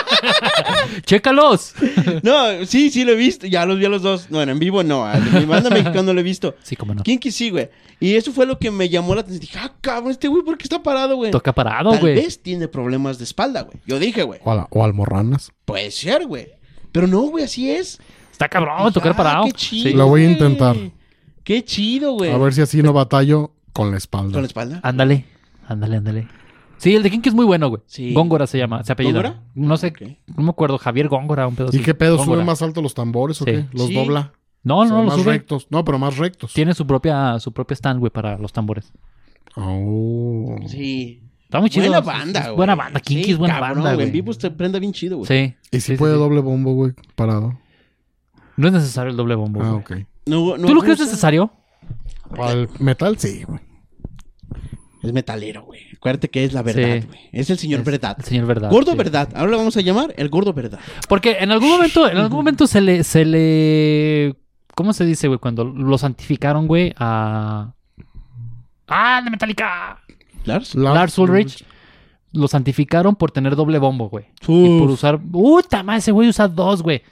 [SPEAKER 4] ¡Chécalos!
[SPEAKER 3] No, sí, sí lo he visto. Ya los vi a los dos. Bueno, en vivo no. al de Mi banda mexicana no lo he visto.
[SPEAKER 4] Sí, como no.
[SPEAKER 3] Kinky sí, güey. Y eso fue lo que me llamó la atención. Dije, ah, cabrón, este güey, ¿por qué está parado, güey?
[SPEAKER 4] Toca parado,
[SPEAKER 3] Tal
[SPEAKER 4] güey.
[SPEAKER 3] vez tiene problemas de espalda, güey. Yo dije, güey,
[SPEAKER 5] o, a la- o almorranas.
[SPEAKER 3] puede ser, güey. Pero no, güey, así es.
[SPEAKER 4] Está cabrón
[SPEAKER 3] Dije,
[SPEAKER 4] tocar
[SPEAKER 3] ah,
[SPEAKER 4] parado.
[SPEAKER 3] Qué chido,
[SPEAKER 5] Lo voy a
[SPEAKER 3] güey.
[SPEAKER 5] intentar.
[SPEAKER 3] Qué chido, güey.
[SPEAKER 5] A ver si así no batallo con la espalda.
[SPEAKER 3] pues. ¿Con la espalda?
[SPEAKER 4] Ándale, ándale, ándale. Sí, el de Kinky es muy bueno, güey.
[SPEAKER 3] Sí.
[SPEAKER 4] Góngora se llama, se apellida.
[SPEAKER 3] ¿Góngora?
[SPEAKER 4] No sé,
[SPEAKER 3] Ok.
[SPEAKER 4] no me acuerdo. Javier Góngora, un pedo
[SPEAKER 5] ¿Y
[SPEAKER 4] así.
[SPEAKER 5] qué pedo? ¿Suben
[SPEAKER 4] Góngora.
[SPEAKER 5] más alto los tambores o
[SPEAKER 4] Sí.
[SPEAKER 5] qué? ¿Los
[SPEAKER 3] Sí.
[SPEAKER 5] dobla?
[SPEAKER 4] No,
[SPEAKER 5] O sea,
[SPEAKER 4] no, lo
[SPEAKER 5] más
[SPEAKER 4] sube.
[SPEAKER 5] rectos. No, pero más rectos.
[SPEAKER 4] Tiene su propia, su propia stand, güey, para los tambores.
[SPEAKER 5] Oh.
[SPEAKER 3] Sí.
[SPEAKER 4] Está muy chido.
[SPEAKER 3] Buena
[SPEAKER 4] Es-
[SPEAKER 3] banda,
[SPEAKER 4] es
[SPEAKER 3] güey.
[SPEAKER 4] Buena banda. Kinky
[SPEAKER 3] Sí,
[SPEAKER 4] es buena
[SPEAKER 3] cabrón,
[SPEAKER 4] banda,
[SPEAKER 3] En
[SPEAKER 4] güey.
[SPEAKER 3] vivo se prenda bien chido, güey.
[SPEAKER 4] Sí.
[SPEAKER 5] ¿Y
[SPEAKER 4] sí,
[SPEAKER 5] si
[SPEAKER 4] sí,
[SPEAKER 5] puede
[SPEAKER 4] sí.
[SPEAKER 5] doble bombo, güey? Parado.
[SPEAKER 4] No es necesario el doble bombo.
[SPEAKER 5] Ah,
[SPEAKER 4] güey.
[SPEAKER 5] ok.
[SPEAKER 3] No, no
[SPEAKER 4] ¿Tú lo crees
[SPEAKER 3] usa-
[SPEAKER 4] necesario?
[SPEAKER 5] Para el metal, sí, güey.
[SPEAKER 3] Es metalero, güey. Acuérdate que es la verdad,
[SPEAKER 4] Sí.
[SPEAKER 3] güey. Es el señor
[SPEAKER 4] Es-
[SPEAKER 3] verdad.
[SPEAKER 4] El señor verdad.
[SPEAKER 3] gordo
[SPEAKER 4] sí.
[SPEAKER 3] verdad. Ahora lo vamos a llamar el gordo verdad.
[SPEAKER 4] Porque en algún momento, en algún momento se le, se le, ¿cómo se dice, güey? Cuando lo santificaron, güey, a... ¡Ah, el de Metallica!
[SPEAKER 3] Lars.
[SPEAKER 4] Lars Ulrich lo santificaron por tener doble bombo, güey. Y
[SPEAKER 3] Uf.
[SPEAKER 4] por usar. ¡Puta madre! Ese güey usa dos, güey.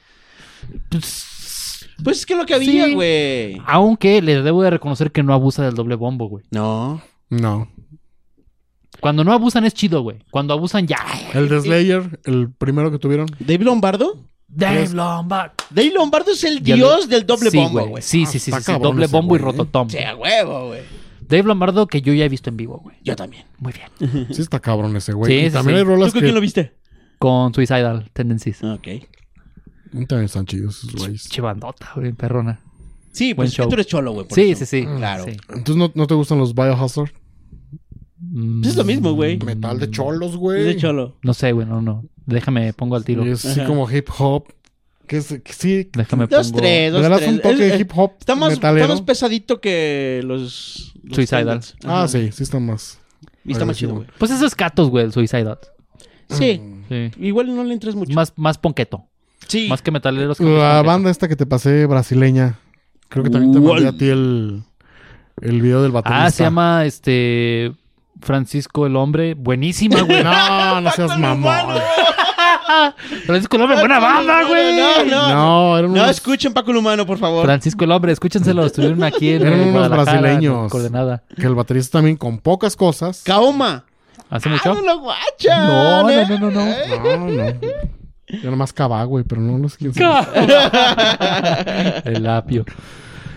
[SPEAKER 4] Pues,
[SPEAKER 3] Pues es que lo que había,
[SPEAKER 4] Sí.
[SPEAKER 3] güey.
[SPEAKER 4] aunque le debo de reconocer que no abusa del doble bombo, güey.
[SPEAKER 3] No.
[SPEAKER 5] No.
[SPEAKER 4] Cuando no abusan es chido, güey. Cuando abusan ya.
[SPEAKER 5] El de Slayer, el primero que tuvieron.
[SPEAKER 3] ¿Dave Lombardo?
[SPEAKER 4] Dave Lombard.
[SPEAKER 3] Dave Lombardo es el
[SPEAKER 4] Y el-
[SPEAKER 3] dios del Pues, doble
[SPEAKER 4] Sí,
[SPEAKER 3] bombo, güey. Ah,
[SPEAKER 4] Sí, sí, sí,
[SPEAKER 5] Está
[SPEAKER 4] sí, sí.
[SPEAKER 5] cabrón
[SPEAKER 4] Doble
[SPEAKER 5] ese
[SPEAKER 4] bombo y
[SPEAKER 5] güey, ¿eh?
[SPEAKER 4] rototom.
[SPEAKER 3] Sí, a huevo, güey.
[SPEAKER 4] Dave Lombardo que yo ya he visto en vivo, güey.
[SPEAKER 3] Yo también.
[SPEAKER 4] Muy bien.
[SPEAKER 5] Sí está cabrón ese, güey.
[SPEAKER 4] Sí,
[SPEAKER 5] Y
[SPEAKER 4] sí,
[SPEAKER 5] también
[SPEAKER 4] sí.
[SPEAKER 5] hay
[SPEAKER 3] ¿Tú
[SPEAKER 5] rolas
[SPEAKER 3] con
[SPEAKER 5] que...
[SPEAKER 3] quién lo viste?
[SPEAKER 4] Con Suicidal Tendencies.
[SPEAKER 3] Ok.
[SPEAKER 5] También están chidos esos güeyes.
[SPEAKER 4] Chivandota, güey, perrona.
[SPEAKER 3] Sí,
[SPEAKER 4] Buen
[SPEAKER 3] pues
[SPEAKER 4] show.
[SPEAKER 3] tú eres cholo, güey. por
[SPEAKER 4] Sí,
[SPEAKER 3] eso.
[SPEAKER 4] sí, sí.
[SPEAKER 3] Claro.
[SPEAKER 4] Sí.
[SPEAKER 5] Entonces, ¿no, no te gustan los Biohazard?
[SPEAKER 3] Pues es lo mismo, güey.
[SPEAKER 5] Metal de cholos, güey.
[SPEAKER 3] Es de cholo.
[SPEAKER 4] Mm, No sé, güey, no, no. Déjame, pongo al tiro.
[SPEAKER 5] Y es así
[SPEAKER 3] Ajá.
[SPEAKER 5] como hip hop. Que, es, que sí...
[SPEAKER 4] Déjame
[SPEAKER 3] Dos,
[SPEAKER 4] pongo-
[SPEAKER 5] Le
[SPEAKER 3] tres, dos,
[SPEAKER 5] das
[SPEAKER 3] tres.
[SPEAKER 5] un toque
[SPEAKER 3] Es-
[SPEAKER 5] de
[SPEAKER 3] es-
[SPEAKER 5] hip hop
[SPEAKER 3] Está más, está
[SPEAKER 5] metalero.
[SPEAKER 3] más pesadito que los... los
[SPEAKER 4] Suicidal.
[SPEAKER 3] Skylarks.
[SPEAKER 5] Ah,
[SPEAKER 3] Ajá.
[SPEAKER 5] sí. Sí está más...
[SPEAKER 3] Y está más chido,
[SPEAKER 5] agresivo.
[SPEAKER 3] güey.
[SPEAKER 4] Pues esos catos, güey, el Suicidal.
[SPEAKER 3] Sí.
[SPEAKER 4] Sí.
[SPEAKER 3] Igual no le entras mucho.
[SPEAKER 4] Más, más ponqueto.
[SPEAKER 3] sí.
[SPEAKER 4] Mm. Más que metaleros. creo que es
[SPEAKER 5] La
[SPEAKER 4] ponqueto.
[SPEAKER 5] banda esta que te pasé, brasileña. Creo que también te mandé a ti el, el video del baterista.
[SPEAKER 4] Ah, se llama este. Francisco el Hombre. Buenísima, güey.
[SPEAKER 5] No, no seas mamón.
[SPEAKER 4] Francisco el Hombre, buena banda, güey.
[SPEAKER 3] No, no, no.
[SPEAKER 5] No, eran
[SPEAKER 3] No
[SPEAKER 5] unos-
[SPEAKER 3] escuchen Paco Lumano, por favor.
[SPEAKER 4] Francisco el Hombre, escúchenselo. Estuvieron aquí en.
[SPEAKER 5] Eran
[SPEAKER 4] eh,
[SPEAKER 5] unos
[SPEAKER 4] Guadalajara,
[SPEAKER 5] brasileños.
[SPEAKER 4] en Coordenada.
[SPEAKER 5] que el baterista también con pocas cosas.
[SPEAKER 3] Kaoma.
[SPEAKER 4] ¿Hace
[SPEAKER 3] Ah,
[SPEAKER 4] mucho?
[SPEAKER 3] no lo guachan,
[SPEAKER 4] No,
[SPEAKER 3] ¿eh?
[SPEAKER 4] no, no, no. no.
[SPEAKER 5] No, no. Yo nomás cava, güey, pero no los quién sabe.
[SPEAKER 4] El apio.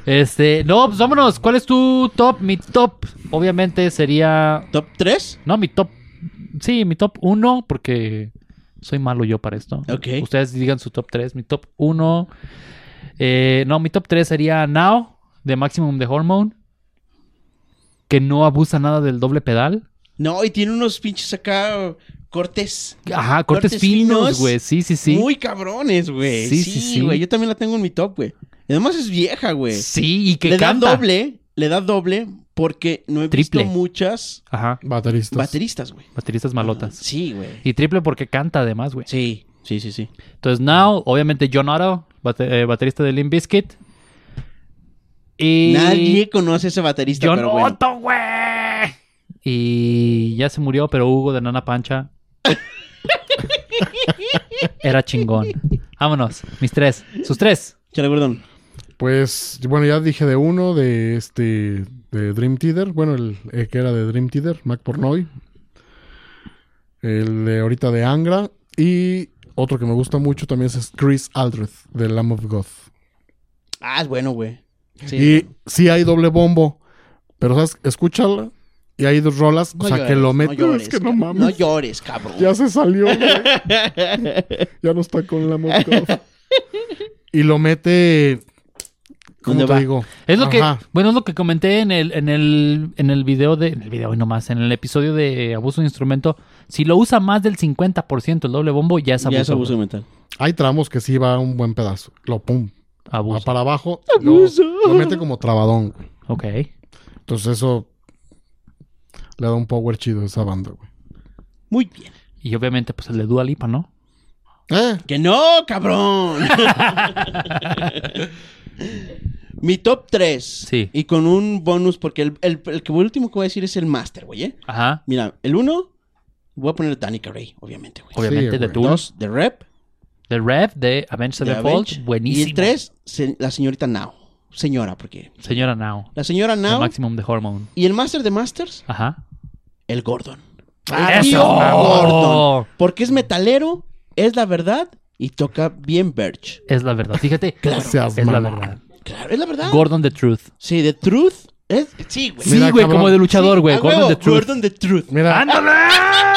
[SPEAKER 4] Este. No, pues vámonos. ¿Cuál es tu top? Mi top, obviamente, sería.
[SPEAKER 3] ¿Top 3?
[SPEAKER 4] No, mi top. Sí, mi top 1, porque soy malo yo para esto.
[SPEAKER 3] Ok.
[SPEAKER 4] Ustedes digan su top 3. Mi top 1. eh, no, mi top 3 sería Now, de Maximum de Hormone. Que no abusa nada del doble pedal.
[SPEAKER 3] No, y tiene unos pinches acá cortes
[SPEAKER 4] Ajá, cortes,
[SPEAKER 3] Cortes finos.
[SPEAKER 4] finos, güey. Sí, sí, sí.
[SPEAKER 3] muy cabrones, güey.
[SPEAKER 4] Sí,
[SPEAKER 3] Sí,
[SPEAKER 4] sí, sí.
[SPEAKER 3] güey. Yo también la tengo en mi top, güey. Y Además es vieja, güey.
[SPEAKER 4] Sí, y que
[SPEAKER 3] Le da
[SPEAKER 4] canta.
[SPEAKER 3] doble, le da doble porque no he
[SPEAKER 4] Triple.
[SPEAKER 3] visto muchas
[SPEAKER 4] Ajá,
[SPEAKER 5] Bateristas.
[SPEAKER 3] bateristas, güey.
[SPEAKER 4] bateristas malotas.
[SPEAKER 3] Ah, Sí, güey.
[SPEAKER 4] Y triple porque canta además, güey.
[SPEAKER 3] Sí, sí, sí, sí.
[SPEAKER 4] Entonces, Now, obviamente John Otto, bate- eh, baterista de Limp Bizkit. Y...
[SPEAKER 3] Nadie conoce a ese baterista,
[SPEAKER 4] John
[SPEAKER 3] pero bueno.
[SPEAKER 4] Otto, güey. Y ya se murió, pero Hugo de Nana Pancha era chingón. Vámonos, mis tres, sus tres.
[SPEAKER 3] Chale, Gordon.
[SPEAKER 5] Pues, bueno, ya dije de uno, de este, de Dream Theater. Bueno, el eh, que era de Dream Theater, Mac Pornoy. El de ahorita de Angra. Y otro que me gusta mucho también es Chris Aldred, de Lamb of God.
[SPEAKER 3] Ah, es bueno, güey. Sí.
[SPEAKER 5] y sí hay doble bombo, pero sabes, escúchala y hay dos rolas, o sea, que lo metes.
[SPEAKER 3] No
[SPEAKER 5] es
[SPEAKER 3] llores,
[SPEAKER 5] que no
[SPEAKER 3] ca-
[SPEAKER 5] mames.
[SPEAKER 3] no llores, cabrón.
[SPEAKER 5] Ya se salió, güey. Ya no está con la mosca. Y lo mete. ¿Cómo
[SPEAKER 3] ¿Dónde
[SPEAKER 5] te
[SPEAKER 3] va?
[SPEAKER 5] digo?
[SPEAKER 4] Es lo
[SPEAKER 5] Ajá.
[SPEAKER 4] que, bueno, es lo que comenté en el, en el, en el video de, en el video y nomás, en el episodio de Abuso de Instrumento. Si lo usa más del 50% el doble bombo, ya es abuso.
[SPEAKER 3] ya es abuso
[SPEAKER 4] güey.
[SPEAKER 3] mental.
[SPEAKER 5] Hay tramos que sí va un buen pedazo. Lo pum. Va
[SPEAKER 4] Abuso.
[SPEAKER 5] para abajo. Lo, lo mete como trabadón. güey.
[SPEAKER 4] Ok.
[SPEAKER 5] Entonces eso le da un power chido a esa banda, güey.
[SPEAKER 3] Muy bien.
[SPEAKER 4] Y obviamente, pues el de Dua Lipa, ¿no?
[SPEAKER 5] Eh,
[SPEAKER 3] ¡Que no, cabrón! Mi top 3.
[SPEAKER 4] Sí.
[SPEAKER 3] Y con un bonus, porque el, el- el que- el último que voy a decir es el master, güey, ¿eh?
[SPEAKER 4] Ajá.
[SPEAKER 3] Mira, el 1, voy a poner Danica Ray, obviamente, güey.
[SPEAKER 4] Obviamente,
[SPEAKER 5] Sí,
[SPEAKER 4] de
[SPEAKER 5] güey.
[SPEAKER 4] Tool.
[SPEAKER 3] The Rep,
[SPEAKER 4] The Rev, de Avenged
[SPEAKER 3] The
[SPEAKER 4] Sevenfold.
[SPEAKER 3] Avenged,
[SPEAKER 4] Buenísimo.
[SPEAKER 3] Y el 3, la señorita Now. Señora, porque.
[SPEAKER 4] Señora Now.
[SPEAKER 3] La señora
[SPEAKER 4] El
[SPEAKER 3] Now.
[SPEAKER 4] Maximum de Hormone.
[SPEAKER 3] Y el Master de Masters,
[SPEAKER 4] Ajá.
[SPEAKER 3] el Gordon.
[SPEAKER 4] ¡Ah, ¡Eso!
[SPEAKER 3] Gordon. Porque es metalero, es la verdad y toca bien Birch.
[SPEAKER 4] Es la verdad. Fíjate.
[SPEAKER 3] Claro.
[SPEAKER 5] seas
[SPEAKER 4] Es la
[SPEAKER 5] mamón.
[SPEAKER 4] verdad.
[SPEAKER 3] Claro, es la verdad.
[SPEAKER 4] Gordon the Truth.
[SPEAKER 3] sí, The Truth. Es, sí, güey.
[SPEAKER 4] Ah. Sí,
[SPEAKER 5] Mira,
[SPEAKER 4] güey,
[SPEAKER 5] cabrón.
[SPEAKER 4] como de luchador, güey.
[SPEAKER 3] Sí, a
[SPEAKER 4] Gordon
[SPEAKER 3] huevo,
[SPEAKER 4] the Truth.
[SPEAKER 3] Gordon the Truth.
[SPEAKER 5] Mira.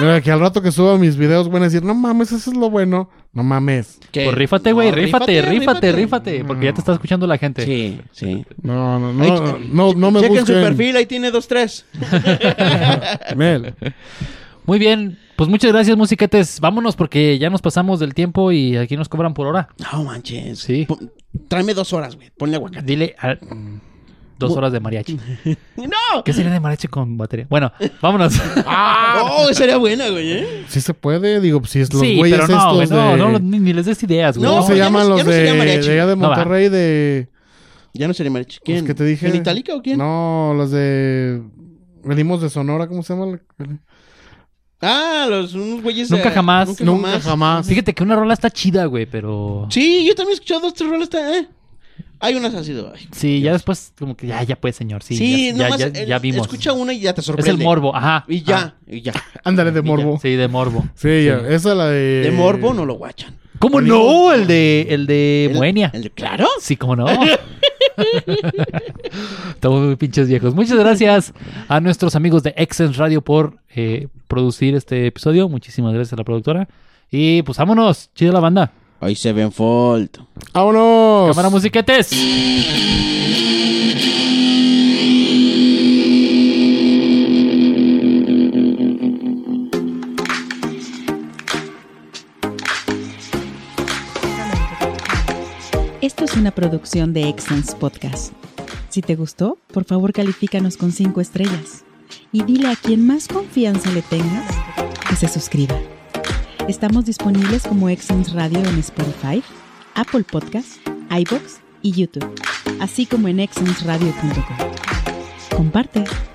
[SPEAKER 5] Mira, que al rato que suba mis videos van a decir, no mames, eso es lo bueno. No mames.
[SPEAKER 3] Que-
[SPEAKER 4] Pues rífate, güey.
[SPEAKER 3] No,
[SPEAKER 4] rífate, rífate, Mm. rífate. Porque ya te está escuchando la gente.
[SPEAKER 3] Sí, sí.
[SPEAKER 5] No, no,
[SPEAKER 3] Ahí-
[SPEAKER 5] no, no, no me
[SPEAKER 3] Chequen
[SPEAKER 5] busquen.
[SPEAKER 3] su perfil, ahí tiene dos, tres.
[SPEAKER 5] Mel.
[SPEAKER 4] Muy bien. Pues muchas gracias, musiquetes. Vámonos porque ya nos pasamos del tiempo y aquí nos cobran por hora.
[SPEAKER 3] No manches.
[SPEAKER 4] Sí.
[SPEAKER 3] Pon- tráeme dos horas, güey. Ponle aguacate.
[SPEAKER 4] Dile a- dos horas de mariachi.
[SPEAKER 3] ¡No!
[SPEAKER 4] ¿Qué sería de mariachi con batería? Bueno, vámonos. Ah,
[SPEAKER 3] ¡Oh, sería buena, güey! ¿eh?
[SPEAKER 5] Sí se puede, digo, si es los
[SPEAKER 4] sí,
[SPEAKER 5] güeyes
[SPEAKER 4] pero no, güey.
[SPEAKER 5] estos
[SPEAKER 4] No,
[SPEAKER 5] de...
[SPEAKER 4] no, ni, ni les des ideas, güey.
[SPEAKER 3] No,
[SPEAKER 5] ¿Cómo se
[SPEAKER 3] ya no-
[SPEAKER 5] llaman
[SPEAKER 3] ya
[SPEAKER 5] los
[SPEAKER 3] no se
[SPEAKER 5] de,
[SPEAKER 3] llama Leche.
[SPEAKER 5] de allá de
[SPEAKER 4] No va.
[SPEAKER 5] Monterrey? de...
[SPEAKER 3] Ya no sería mariachi.
[SPEAKER 5] los
[SPEAKER 3] ¿Quién?
[SPEAKER 5] que te dije.
[SPEAKER 3] ¿El Itálica o quién?
[SPEAKER 5] No, los de... Venimos de Sonora, ¿cómo se llama?
[SPEAKER 3] Ah, los unos güeyes.
[SPEAKER 4] Nunca
[SPEAKER 3] eh,
[SPEAKER 4] jamás.
[SPEAKER 5] Nunca jamás.
[SPEAKER 4] Fíjate que una rola está chida, güey, pero... Sí,
[SPEAKER 3] Sí, yo también he escuchado dos, tres rolas. ta- eh. Hay unas así. de- ay.
[SPEAKER 4] ya después como que ya, ya pues, señor. Sí,
[SPEAKER 3] Sí,
[SPEAKER 4] ya,
[SPEAKER 3] nomás
[SPEAKER 4] ya, ya-
[SPEAKER 3] el-
[SPEAKER 4] ya vimos.
[SPEAKER 3] Escucha una y ya te
[SPEAKER 4] es
[SPEAKER 3] sorprende.
[SPEAKER 4] el morbo, ajá.
[SPEAKER 3] Y
[SPEAKER 4] Ah,
[SPEAKER 3] ya, y ya.
[SPEAKER 5] Ándale, de
[SPEAKER 4] y ya.
[SPEAKER 5] Morbo. Sí,
[SPEAKER 4] Sí, de morbo.
[SPEAKER 5] ya, esa la de...
[SPEAKER 3] De morbo no lo guachan.
[SPEAKER 4] ¿Cómo no? El de, el de
[SPEAKER 3] El-
[SPEAKER 4] Moenia.
[SPEAKER 3] el- claro.
[SPEAKER 4] Sí, cómo no. Estamos muy pinches viejos. Muchas gracias a nuestros amigos de Exens Radio por eh, producir este episodio. Muchísimas gracias a la productora. Y pues vámonos. Chida la banda.
[SPEAKER 3] Ahí se ven fold.
[SPEAKER 5] ¡Vámonos!
[SPEAKER 4] Cámara musiquetes.
[SPEAKER 6] Esto es una producción de Excellence Podcast. Si te gustó, por favor califícanos con 5 estrellas y dile a quien más confianza le tengas que se suscriba. Estamos disponibles como Excellence Radio en Spotify, Apple Podcast, iBox y YouTube, así como en excellenceradio.com. Comparte.